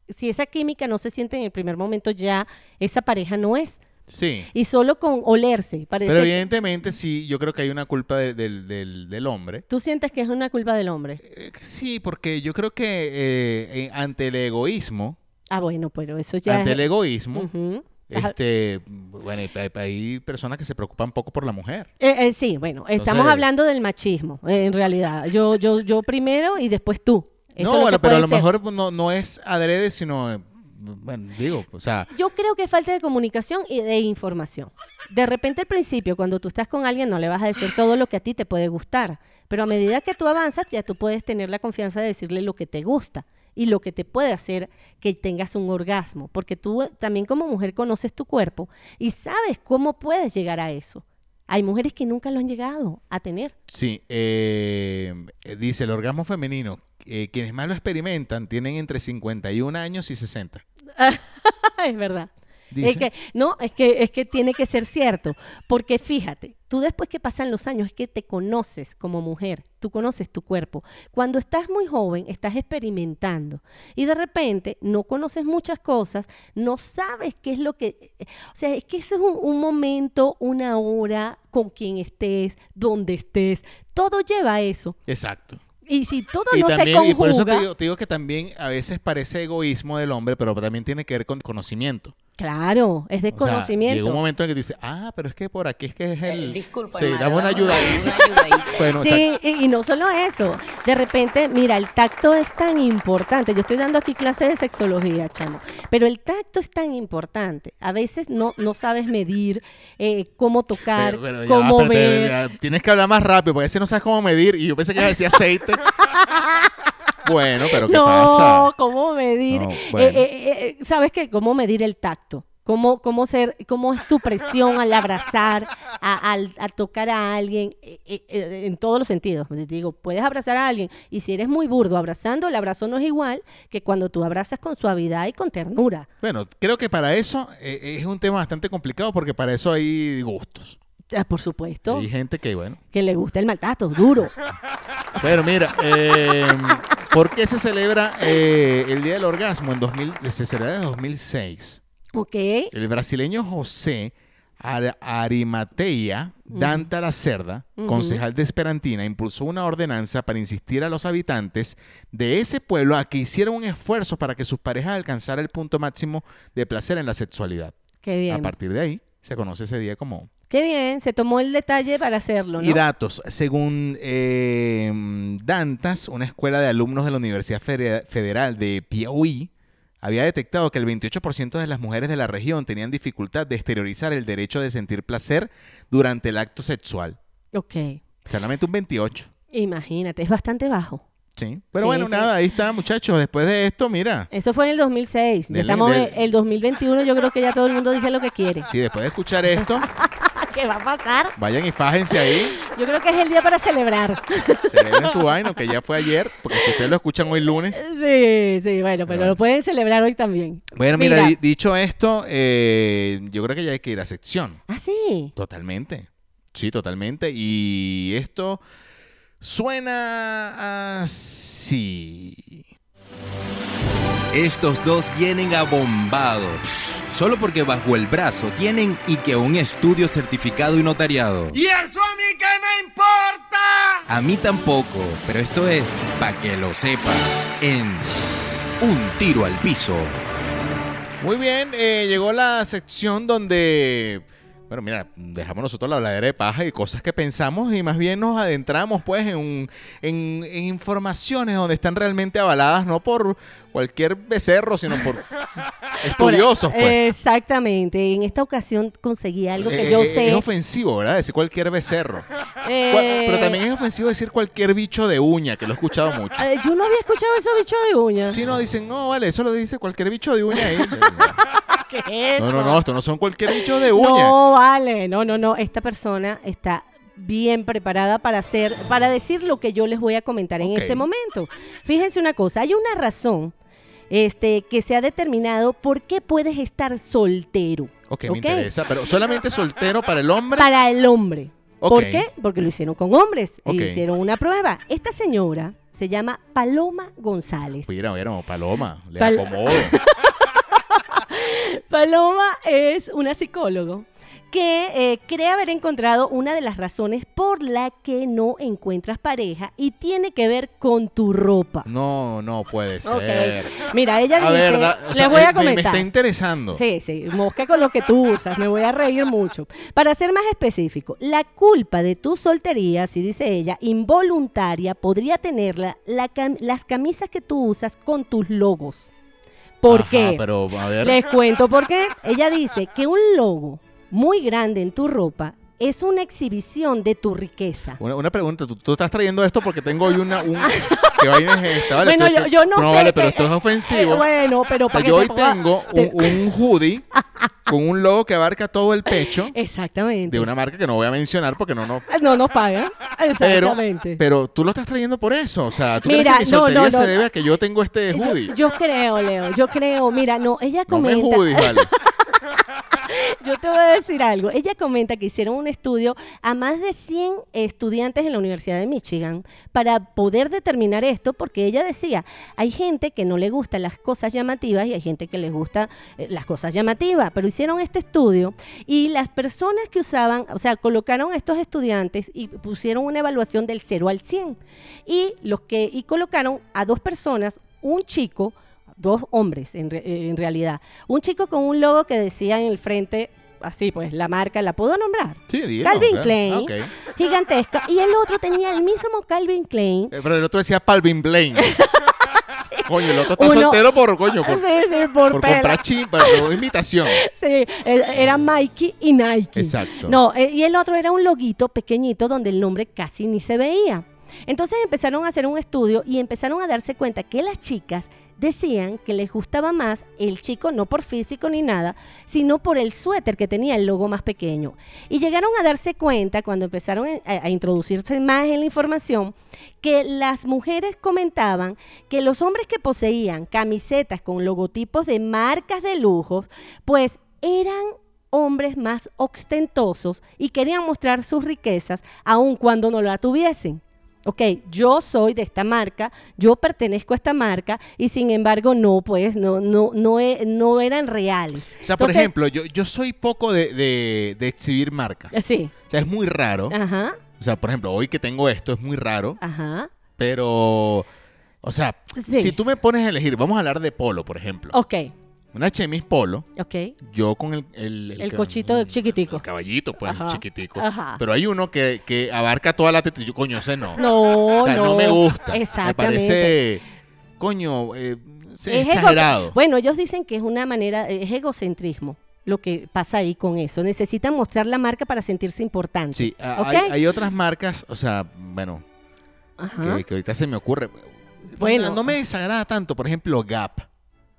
si esa química no se siente en el primer momento ya, esa pareja no es. Sí. Y solo con olerse, parece Pero evidentemente sí, yo creo que hay una culpa de- del- del- del hombre. ¿Tú sientes que es una culpa del hombre? Eh, Sí, porque yo creo que eh, eh, ante el egoísmo, Ah, bueno, pero eso ya ante es... el egoísmo, Ujú. Ajá. este, bueno, y- hay, hay personas que se preocupan poco por la mujer. Eh, eh, sí, bueno, estamos Entonces- hablando del machismo, eh, en realidad. Yo, yo, yo primero y después tú. Eso es no, lo bueno, que pero a puede lo ser. mejor no, no es adrede, sino, eh, bueno, digo, o sea, Yo creo que es falta de comunicación y de información. De repente al principio, cuando tú estás con alguien, no le vas a decir todo lo que a ti te puede gustar. Pero a medida que tú avanzas, ya tú puedes tener la confianza de decirle lo que te gusta y lo que te puede hacer que tengas un orgasmo. Porque tú eh, también como mujer conoces tu cuerpo y sabes cómo puedes llegar a eso. Hay mujeres que nunca lo han llegado a tener. *laughs* sí, eh, eh, dice el orgasmo femenino, eh, quienes más lo experimentan tienen entre 51 años y 60. es verdad. Dice. Es que, no, es que, es que tiene que ser cierto. Porque fíjate, tú después que pasan los años es que te conoces como mujer, tú conoces tu cuerpo. Cuando estás muy joven, estás experimentando y de repente no conoces muchas cosas, no sabes qué es lo que... O sea, es que ese es un, un momento, una hora, con quien estés, donde estés, todo lleva a eso. Exacto. Y si todo y no se también, conjuga... y por eso te digo, te digo que también a veces parece egoísmo del hombre, pero también tiene que ver con conocimiento. Claro, es O sea, desconocimiento. llega un momento en que tú dices, ah, pero es que por aquí es que es el. Eh, Disculpa, Sí, hermano, dame una ayuda. ahí. Una ayudadita. *laughs* bueno, exacto. Sí, y, y no solo eso. De repente, mira, el tacto es tan importante. Yo estoy dando aquí clases de sexología, chamo. Pero el tacto es tan importante. A veces no, no sabes medir eh, cómo tocar, Pero- pero ya va, cómo espérate, ver. ya, tienes que hablar más rápido, porque a veces no sabes cómo medir. Y yo pensé que iba a decir *laughs* aceite. bueno, pero ¿qué no, pasa? cómo medir. No, Eh, bueno. eh, eh, eh, ¿Sabes qué? ¿Cómo medir el tacto? ¿Cómo, cómo, ser, ¿Cómo es tu presión al abrazar, a, al- a tocar a alguien? Eh, eh, eh, en todos los sentidos. Te Digo, puedes abrazar a alguien y si eres muy burdo abrazando, el abrazo no es igual que cuando tú abrazas con suavidad y con ternura. Bueno, creo que para eso eh, es un tema bastante complicado, porque para eso hay gustos. Ah, por supuesto. Hay gente que, bueno. Que le gusta el maltrato, duro. Pero mira, eh, ¿por qué se celebra eh, el Día del Orgasmo? En 2000, se celebra en 2006. Ok. El brasileño José Ar- Arimateia Dántara Cerda, Mm. Ujú. concejal de Esperantina, impulsó una ordenanza para insistir a los habitantes de ese pueblo a que hicieran un esfuerzo para que sus parejas alcanzaran el punto máximo de placer en la sexualidad. Qué A bien. partir de ahí, se conoce ese día como Qué bien. Se tomó el detalle para hacerlo, ¿no? Y datos, según eh, Dantas, una escuela de alumnos de la Universidad Fede- Federal de Piauí había detectado que el 28% de las mujeres de la región tenían dificultad de exteriorizar el derecho de sentir placer durante el acto sexual. Ok. Solamente un 28. Imagínate, es bastante bajo. Sí. Pero Sí, bueno, sí. nada, ahí está, muchachos. Después de esto, mira. Eso fue en el 2006. Ya Del- estamos del- en el 2021. Yo creo que ya todo el mundo dice lo que quiere. Sí, después de escuchar esto, *laughs* ¿Qué va a pasar? vayan y fájense ahí. Yo creo que es el día *laughs* para celebrar. Celebren su vaino, que ya fue ayer, porque si ustedes lo escuchan hoy lunes. Sí, sí, bueno, pero Pero- lo pueden celebrar hoy también. Bueno, mira, Mira. di- dicho esto, eh, yo creo que ya hay que ir a sección. Ah, sí. Totalmente. Sí, totalmente. Y esto suena así. Estos dos vienen abombados. Solo porque bajo el brazo tienen y que un estudio certificado y notariado. ¿Y eso a mí qué me importa? A mí tampoco, pero esto es para que lo sepas. En Un Tiro al Piso. Muy bien, eh, llegó la sección donde, bueno, mira, dejamos nosotros la habladera de paja y cosas que pensamos y más bien nos adentramos pues en, un- en, en informaciones donde están realmente avaladas, no por cualquier becerro, sino por *laughs* estudiosos pues. Exactamente. En esta ocasión conseguí eh, algo que Eh, yo eh, sé. Es ofensivo, ¿verdad? Decir cualquier becerro. Eh, Cual- Pero también es ofensivo decir cualquier bicho de uña, que lo he *laughs* escuchado mucho. eh, yo no había escuchado esos bichos de uña. Si no, dicen, no, vale, eso lo dice cualquier bicho de *laughs* uña ahí. No, no, no, esto no son cualquier bicho de uña. No, vale, no, no, no. Esta persona está bien preparada para hacer, para decir lo que yo les voy a comentar en Ok. este momento. Fíjense una cosa, hay una razón este, que se ha determinado por qué puedes estar soltero. Ok, ¿ok? me interesa, pero solamente soltero para el hombre. Para el hombre. Ok. ¿Por qué? Porque lo hicieron con hombres. y Ok. hicieron una prueba. Esta señora se llama Paloma González. Mira, mira, no, paloma, le Pal- *laughs* acomodo. Paloma es una psicóloga que eh, cree haber encontrado una de las razones por la que no encuentras pareja y tiene que ver con tu ropa. No, no puede Ok. ser. Mira, ella A dice, ver, da- o sea, les voy eh, a me- Me, comentar. está interesando. Sí, sí, mosca con lo que tú usas, me voy a reír mucho. Para ser más específico, la culpa de tu soltería, si dice ella, involuntaria, podría tenerla la cam- las camisas que tú usas con tus logos. ¿Por Ajá, qué? Pero, a ver. Les cuento por qué. Ella dice que un logo muy grande en tu ropa es una exhibición de tu riqueza. Una, una pregunta, ¿tú, tú estás trayendo esto porque tengo hoy una... *laughs* Un, ¿Qué vaina es esta? Vale, bueno, esto- yo, yo no, No, sé. vale, pero eh, esto es eh, ofensivo. eh, bueno, pero O sea, para yo hoy que te ponga- tengo un, te- un *laughs* hoodie con un logo que abarca todo el pecho Exactamente. Ah, de una marca que no voy a mencionar porque no, no. No nos pagan. Pero, Exactamente. pero tú lo estás trayendo por eso. O sea, tú Mira, crees que mi no, soltería no, se no. debe a que yo tengo este yo, hoodie. yo creo, Leo, yo creo. Mira, no, ella no me comenta. hoodies, *laughs* vale. Yo te voy a decir algo. Ella comenta que hicieron un estudio a más de 100 estudiantes en la Universidad de Michigan para poder determinar esto, porque ella decía, hay gente que no le gustan las cosas llamativas y hay gente que les gusta eh, las cosas llamativas, pero hicieron este estudio y las personas que usaban, o sea, colocaron a estos estudiantes y pusieron una evaluación del 0 al 100 y los que y colocaron a dos personas, un chico dos hombres en, re- eh, en realidad. Un chico con un logo que decía en el frente, así pues, la marca, la puedo nombrar, Sí, dilo, Calvin claro. Klein. Ah, ok. Eh, gigantesca, y el otro tenía el mismo Calvin Klein. Pero el otro decía Palvin Blaine. *laughs* Coño, el otro está Uno- soltero por, coño, por, Sí, sí, por, por pela. comprar chimpa, por invitación. Sí, eh, era Mikey y Nike. Exacto. No, eh, y el otro era un loguito pequeñito donde el nombre casi ni se veía. Entonces empezaron a hacer un estudio y empezaron a darse cuenta que las chicas decían que les gustaba más el chico no por físico ni nada, sino por el suéter que tenía el logo más pequeño. Y llegaron a darse cuenta cuando empezaron en- a, a introducirse más en la información que las mujeres comentaban que los hombres que poseían camisetas con logotipos de marcas de lujo, pues eran hombres más ostentosos y querían mostrar sus riquezas aun cuando no la tuviesen. Ok, yo soy de esta marca, yo pertenezco a esta marca y sin embargo no, pues no, no, no, e- no eran reales. O sea, por Entonces- ejemplo, yo, yo soy poco de, de- de exhibir marcas. Sí, O sea, es muy raro. ajá, O sea, por ejemplo, hoy que tengo esto es muy raro, ajá. pero... O sea, Sí. si tú me pones a elegir, vamos a hablar de polo, por ejemplo. Ok, Una chemis polo, ok. yo con el... El, El cab- cochito chiquitico. El caballito, pues, Ajá. chiquitico. Ajá. Pero hay uno que, que abarca toda la teta. Yo, coño, ese no. No, O sea, no. no, me gusta. Me Exactamente. parece... Coño, eh, sí, Es ego- exagerado. Bueno, ellos dicen que es una manera, es egocentrismo lo que pasa ahí con eso. Necesitan mostrar la marca para sentirse importante. Sí, a- ¿Ok? hay, hay otras marcas, o sea, bueno, Ajá. que, que ahorita se me ocurre. Bueno. No, no me desagrada tanto, por ejemplo, Gap.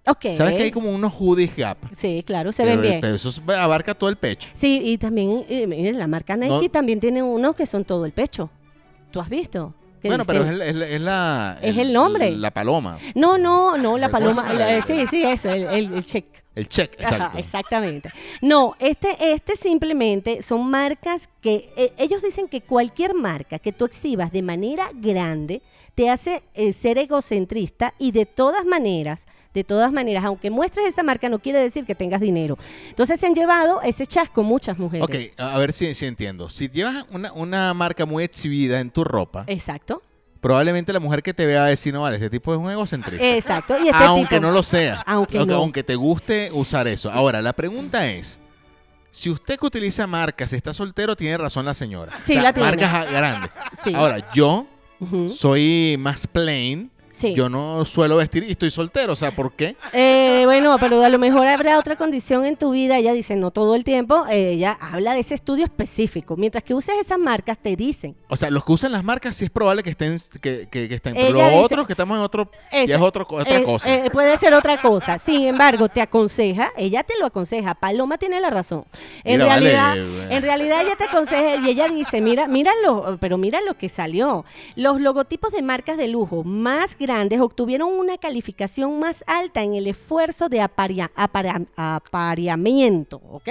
Ok. ¿Sabes que hay como unos hoodies Gap? Sí, claro, se Pero ven el- bien. Pero eso es- abarca todo el pecho. Sí, y también, eh, miren, la marca Nike No. también tiene unos que son todo el pecho. ¿Tú has visto? Que Bueno, pero es, el- dicen- es la- es la... Es el nombre. La paloma. No, no, no, la ¿Cómo se paloma. llama? la- sí, sí, eso, el, el, el check. El check, exacto. Ajá, exactamente. No, este, este simplemente son marcas que eh, ellos dicen que cualquier marca que tú exhibas de manera grande te hace eh, ser egocentrista y de todas maneras, de todas maneras, aunque muestres esa marca no quiere decir que tengas dinero. Entonces se han llevado ese chasco muchas mujeres. Ok, a a ver si, si entiendo. Si llevas una, una marca muy exhibida en tu ropa, Eh. Exacto, probablemente la mujer que te vea va a decir, no, vale, este tipo es un egocentrista. exacto. Y este Ah, aunque tipo- no lo sea. Aunque no. te guste usar eso. Ahora, la pregunta es, si usted que utiliza marcas está soltero, tiene razón la señora. Sí, la tiene. Marcas a- grandes. Sí. Ahora, yo Ujú. soy más plain. Sí. Yo no suelo vestir y estoy soltero. O sea, ¿por qué? Eh, bueno, pero a lo mejor habrá otra condición en tu vida. Ella dice, no todo el tiempo. eh, ella habla de ese estudio específico. Mientras que uses esas marcas, te dicen. O sea, los que usan las marcas sí es probable que estén, que, que- que estén. Pero Ella los dice- otros que estamos en otro, Esa- ya es otro, otra eh, cosa. eh, puede ser otra cosa. Sin embargo, te aconseja, ella te lo aconseja. Paloma tiene la razón. En Mira, vale, eh, realidad, bueno. en realidad ella te aconseja y ella dice, mira, míralo, pero mira lo que salió. Los logotipos de marcas de lujo más grandes obtuvieron una calificación más alta en el esfuerzo de aparia- apara- apareamiento, ¿ok?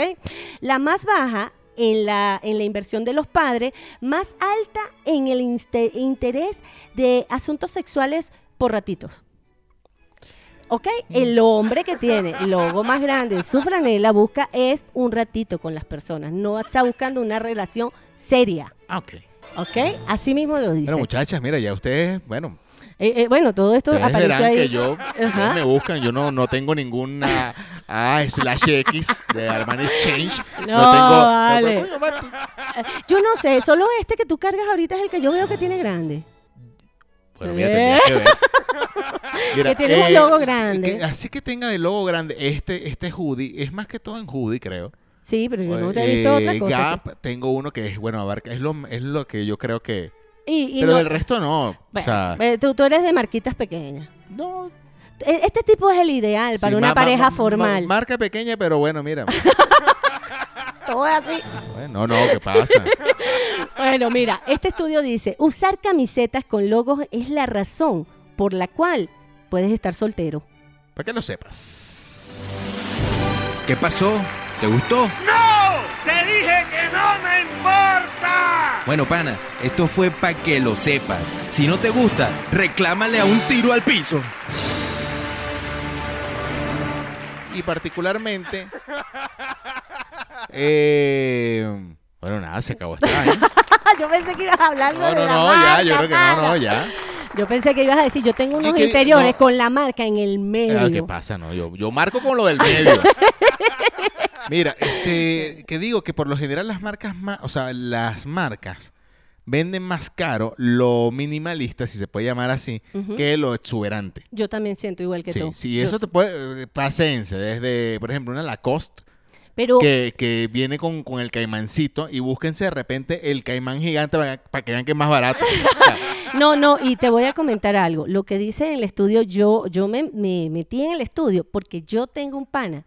La más baja en la, en la inversión de los padres, más alta en el inste- interés de asuntos sexuales por ratitos. ¿Ok? El hombre que tiene logo más grande en su franela busca es un ratito con las personas. No está buscando una relación seria. ah, ok. ¿Ok? Así mismo lo dice. Bueno, muchachas, mira, ya ustedes, bueno, Eh, eh, bueno, todo esto Ustedes aparece verán ahí. que yo Ajá. ustedes me buscan, yo no, no tengo ninguna A slash X de Armani *laughs* Exchange. No, tengo. no, vale. coño, Marti. Eh, Yo no sé, solo este que tú cargas ahorita es el que yo veo que tiene grande. Bueno, mira, Eh. tendrías *laughs* que ver. Mira, eh, Que tiene un logo grande. que- así que tenga de logo grande este, este hoodie, es más que todo en hoodie, creo. Sí, pero yo no te he Eh, visto otra cosa. Gap, tengo uno que es, bueno, abarca, es lo, es lo que yo creo que. sí. Y, y pero no- del resto no. o bueno, sea, eh, tú, tú eres de marquitas pequeñas. no. E- Este tipo es el ideal para sí, una ma- ma- pareja ma- formal. marca pequeña, pero bueno, *laughs* mira. Todo así. Bueno, no, ¿qué pasa? Bueno, mira, este estudio dice, usar camisetas con logos es la razón por la cual puedes estar *laughs* soltero. Para que lo sepas. ¿Qué pasó? ¿Te gustó? ¡No! ¡Te dije que no me importa! Bueno, pana, esto fue para que lo sepas. Si no te gusta, reclámale a un tiro al piso. Y particularmente. eh, bueno, nada, se acabó esta. *laughs* vaina. Ah, yo pensé que ibas a hablar algo No, de no, la no, ya, marca, yo creo que no, no, pana. ya. Yo pensé que ibas a decir, yo tengo unos ¿Y qué- interiores no? con la marca en el medio. Ah, ¿Qué pasa? No, yo, yo marco con lo del *laughs* medio. Mira, este, que digo que por lo general las marcas más, o sea, las marcas venden más caro lo minimalista, si se puede llamar así, Ujú. que lo exuberante. Yo también siento igual que Sí, tú. sí, Yo eso sí. te puede, eh, pasense, desde, por ejemplo, una Lacoste, Pero que, que viene con, con el caimancito y búsquense de repente el caimán gigante para, para que vean que es más *laughs* barato. O sea, No, no, y te voy a comentar algo. Lo que dice en el estudio, yo, yo me, me metí en el estudio porque yo tengo un pana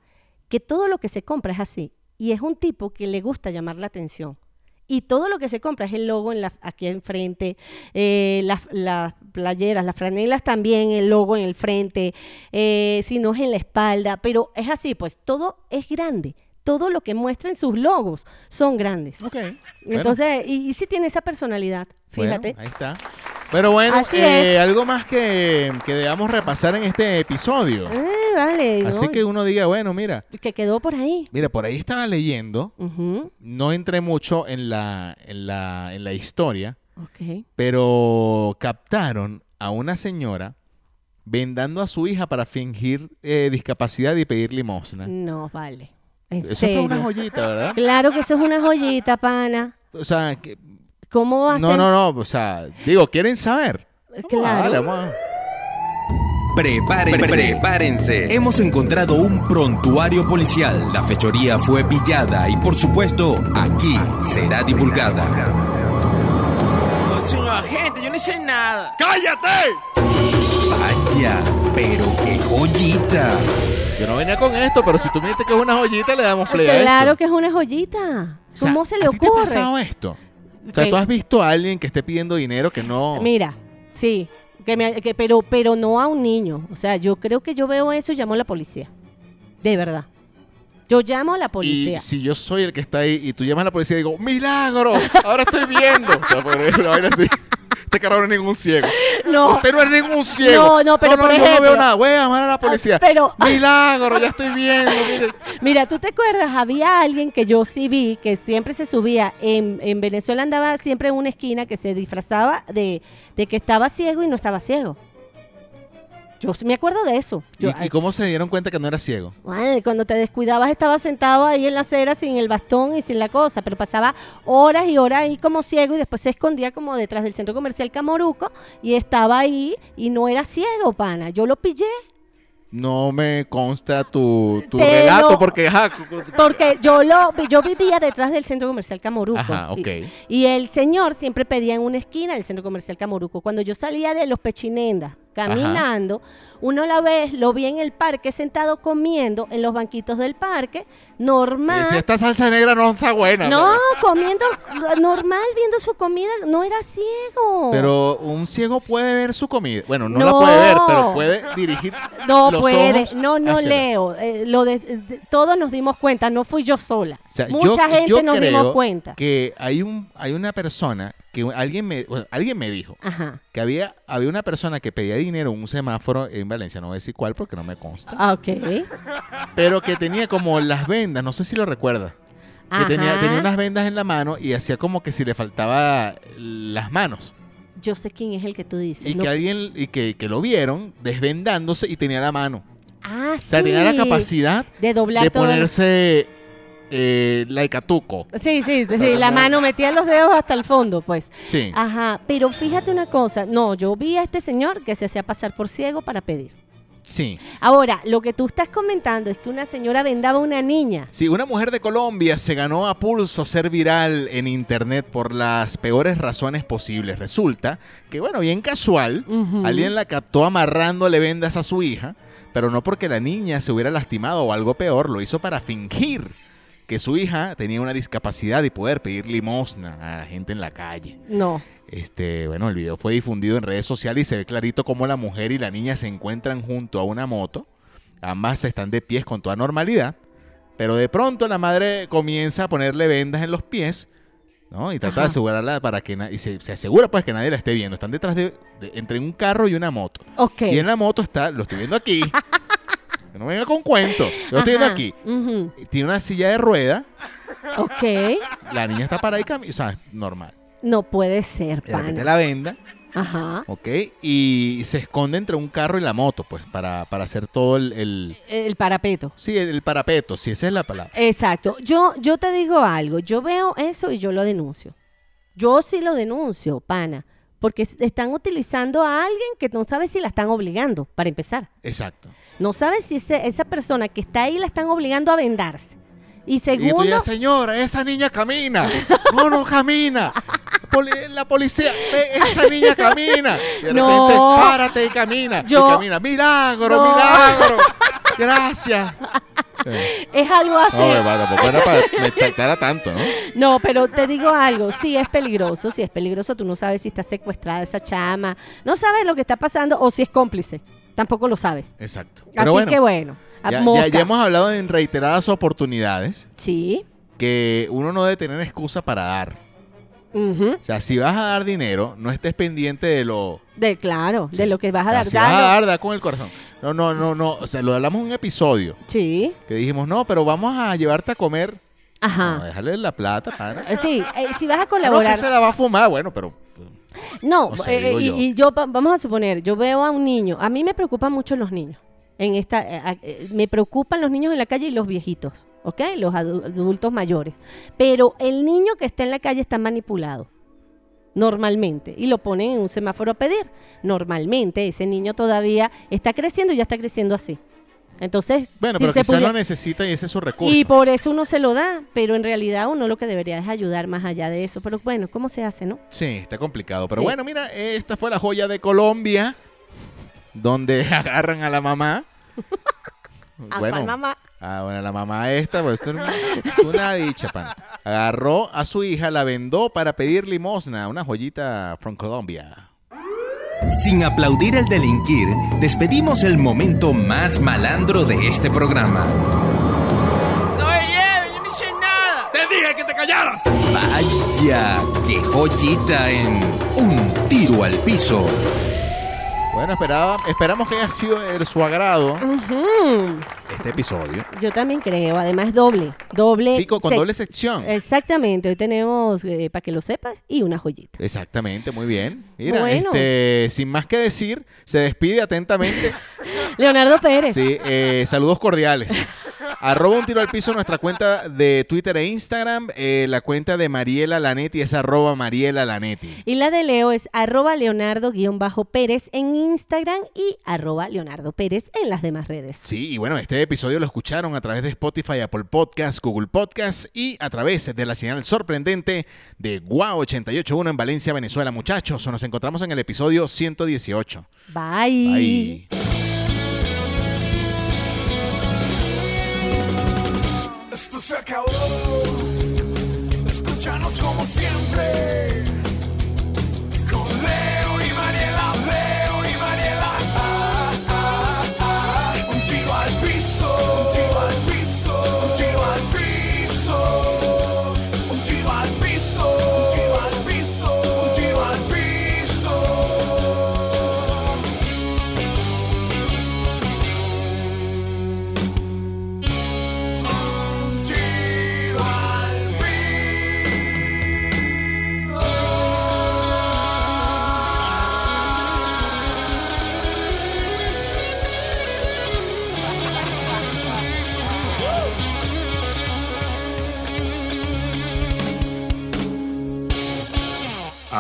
que todo lo que se compra es así. Y es un tipo que le gusta llamar la atención. Y todo lo que se compra es el logo en la, aquí enfrente, eh, las, las playeras, las franelas también, el logo en el frente, eh, si no es en la espalda, pero es así, pues todo es grande, todo lo que muestren sus logos son grandes. Ok. bueno, Entonces, y, y sí tiene esa personalidad, bueno, fíjate. ahí está. Pero bueno, Así eh, es. algo más que, que debamos repasar en este episodio. Eh, vale, Así ¿no? que uno diga, bueno, mira, que quedó por ahí. mira, por ahí estaba leyendo, Ujú, no entré mucho en la, en la, en la historia, ok. pero captaron a una señora vendando a su hija para fingir eh, discapacidad y pedir limosna. No, vale. En Eso es serio. una joyita, *laughs* ¿verdad? Claro que eso es una joyita, pana. O sea, que- ¿Cómo va a no, ser? no, no, o sea, digo, ¿quieren saber? Claro. Vale, vamos a- Prepárense. Prepárense. Hemos encontrado un prontuario policial. La fechoría fue pillada y, por supuesto, aquí será divulgada. Señor agente, yo no hice nada. ¡Cállate! Vaya, pero qué joyita. Yo no venía con esto, pero si tú me dijiste que es una joyita, le damos play a Ah, Claro eso. que es una joyita. ¿eh? O sea, ¿Cómo se le ¿a ti te ha ocurre? pasado esto? O sea, Que- ¿tú has visto a alguien que esté pidiendo dinero que no...? Mira, sí. Que me- que- pero, pero no a un niño. O sea, yo creo que yo veo eso y llamo a la policía. De verdad. Yo llamo a la policía. Y si yo soy el que está ahí y tú llamas a la policía y digo, ¡milagro! Ahora estoy viendo. O sea, por *laughs* una vaina así. Este carro no es ningún ciego. No. Usted no es ningún ciego. No, no, pero no, por yo no ejemplo- veo nada. Voy a llamar a la policía. pero- ¡Milagro! Ya estoy viendo. mire. Mira, ¿tú te acuerdas? Había alguien que yo sí vi que siempre se subía. En, en Venezuela andaba siempre en una esquina que se disfrazaba de, de que estaba ciego y no estaba ciego. Yo sí me acuerdo de eso. Yo, ¿Y, y cómo se dieron cuenta que no era ciego? Ay, cuando te descuidabas estaba sentado ahí en la acera sin el bastón y sin la cosa, pero pasaba horas y horas ahí como ciego y después se escondía como detrás del centro comercial Camoruco y estaba ahí y no era ciego, pana. Yo lo pillé No me consta tu, tu Te relato lo- porque... ajá, cu- cu- porque yo lo yo vivía detrás del centro comercial Camoruco. Ajá, ok. Y- Y el señor siempre pedía en una esquina del centro comercial Camoruco. Cuando yo salía de los Pechinendas caminando, uno la vez lo vi en el parque sentado comiendo en los banquitos del parque, Y normal. decía, Eh, esta salsa negra no está buena. No, comiendo normal, viendo su comida, no era ciego. Pero un ciego puede ver su comida. Bueno, no, la No. puede ver, pero puede dirigir. no los puede, ojos no, no hacia la- leo. Eh, lo de- de- todos nos dimos cuenta, no fui yo sola. O sea, yo- Mucha gente yo nos creo dimos cuenta. Que hay un hay una persona que alguien me bueno, alguien me dijo Ajá. que había había una persona que pedía dinero en un semáforo en Valencia, no voy a decir cuál porque no me consta, Ah, Ok. pero que tenía como las vendas, no sé si lo recuerda. Que Ajá. tenía, tenía unas vendas en la mano y hacía como que si le faltaba las manos. Yo sé quién es el que tú dices. Y no- que alguien, y que, que lo vieron desvendándose y tenía la mano. Ah, O sea, tenía la sí, capacidad de doblar de todo. ponerse eh, laicatuco. Sí, sí, sí, la mano metía los dedos hasta el fondo, pues. Ah, Sí. Ajá, pero fíjate una cosa, no, yo vi a este señor que se hacía pasar por ciego para pedir. Sí. Ahora, lo que tú estás comentando es que una señora vendaba a una niña. Sí, una mujer de Colombia se ganó a pulso ser viral en internet por las peores razones posibles. Resulta que, bueno, bien casual, Ujú. alguien la captó amarrándole vendas a su hija, pero no porque la niña se hubiera lastimado o algo peor, lo hizo para fingir que su hija tenía una discapacidad y poder pedir limosna a la gente en la calle. No. Este, bueno, el video fue difundido en redes sociales y se ve clarito cómo la mujer y la niña se encuentran junto a una moto. Ambas están de pies con toda normalidad, pero de pronto la madre comienza a ponerle vendas en los pies, ¿no? Y trata de Ajá. asegurarla para que na- y se, se asegura pues que nadie la esté viendo. Están detrás de, de- entre un carro y una moto. Ok. Y en la moto está, lo estoy viendo *laughs* aquí. Que no me venga con cuento. Lo estoy viendo Ajá, aquí. ujú, Tiene una silla de rueda, Ok. la niña está parada y camina, o sea, normal. No puede ser, De repente pana. la venda Ajá. ¿ok? Y se esconde entre un carro y la moto, pues, para, para hacer todo el, el- El parapeto. sí, el, el parapeto, si esa es la palabra. Exacto. Yo, yo te digo algo. Yo veo eso y yo lo denuncio. Yo sí lo denuncio, pana. Porque s- están utilizando a alguien que no sabe si la están obligando, para empezar. Exacto. No sabe si ese- esa persona que está ahí la están obligando a vendarse. Y Y tú segundo, dices, señora, esa niña camina. *laughs* No, no camina. Poli- la policía, "Ve, esa niña camina. Y de No. repente, párate y camina. Yo- Y camina, milagro, No. milagro. Gracias. es algo así. No, me tampoco era para me exaltara tanto, ¿no? No, pero te digo algo, sí es peligroso, sí es peligroso, tú no sabes si está secuestrada esa chama, no sabes lo que está pasando o si es cómplice, tampoco lo sabes. Exacto. Así que bueno, A Ya, ya- mosca. ya hemos hablado en reiteradas oportunidades Sí. que uno no debe tener excusa para dar. Ujú. O sea, si vas a dar dinero, no estés pendiente de lo... De claro, de lo que vas a Ah, dar. si vas a dalo. dar, da con el corazón. No, no, no, no. O sea, lo hablamos en un episodio Sí. que dijimos, no, pero vamos a llevarte a comer. No, Ajá. déjale la plata, pana. Eh, Sí, eh, si vas a No, que colaborar. se la va a fumar. Bueno, pero... No, No sé, eh, digo y, yo. y yo, va- vamos a suponer, yo veo a un niño, a mí me preocupan mucho los niños. En esta, eh, a- eh, me preocupan los niños en la calle y los viejitos, ¿ok? Los adu- adultos mayores. Pero el niño que está en la calle está manipulado, normalmente, y lo ponen en un semáforo a pedir. Normalmente ese niño todavía está creciendo y ya está creciendo así. Entonces, Bueno, si pero se quizás pudiera- lo necesita y ese es su recurso. y por eso uno se lo da, pero en realidad uno lo que debería es ayudar más allá de eso. Pero bueno, ¿cómo se hace, no? Sí, está complicado. Pero Sí. bueno, mira, esta fue la joya de Colombia, donde *laughs* agarran a la mamá. *laughs* ¿A cuál mamá? Ah, bueno, la mamá esta, pues esto es una- una dicha, pan. Agarró a su hija, la vendó para pedir limosna, una joyita from Colombia. Sin aplaudir el delinquir, despedimos el momento más malandro de este programa. No me lleves, yo no hice nada. ¡Te dije que te callaras! Vaya, qué joyita en un tiro al piso. Bueno, esperaba, esperamos que haya sido de su agrado Mm. Ujú. este episodio. Yo también creo, además doble, doble. Sí, con, con sec- doble sección. Exactamente, hoy tenemos, eh, para que lo sepas, y una joyita. Exactamente, muy bien. Mira, Bueno. este, sin más que decir, se despide atentamente. Leonardo Pérez. Sí, eh, saludos cordiales. Arroba un tiro al piso nuestra cuenta de Twitter e Instagram. Eh, la cuenta de Mariela Lanetti es arroba Mariela Lanetti. Y la de Leo es arroba leonardo-pérez en Instagram y arroba leonardo pérez en las demás redes. Sí, y bueno, este episodio lo escucharon a través de Spotify, Apple Podcasts, Google Podcasts y a través de la señal sorprendente de Guau 881 en Valencia, Venezuela. Muchachos, nos encontramos en el episodio 118. Bye. Bye. Esto se acabó. Escúchanos como siempre. Con Leo y Mariela, Leo y Mariela. Ah, ah, ah. Un tiro al piso. Un tiro al piso. Un tiro al piso. Un tiro al piso. Un tiro al piso. Un tiro al piso. Un tiro al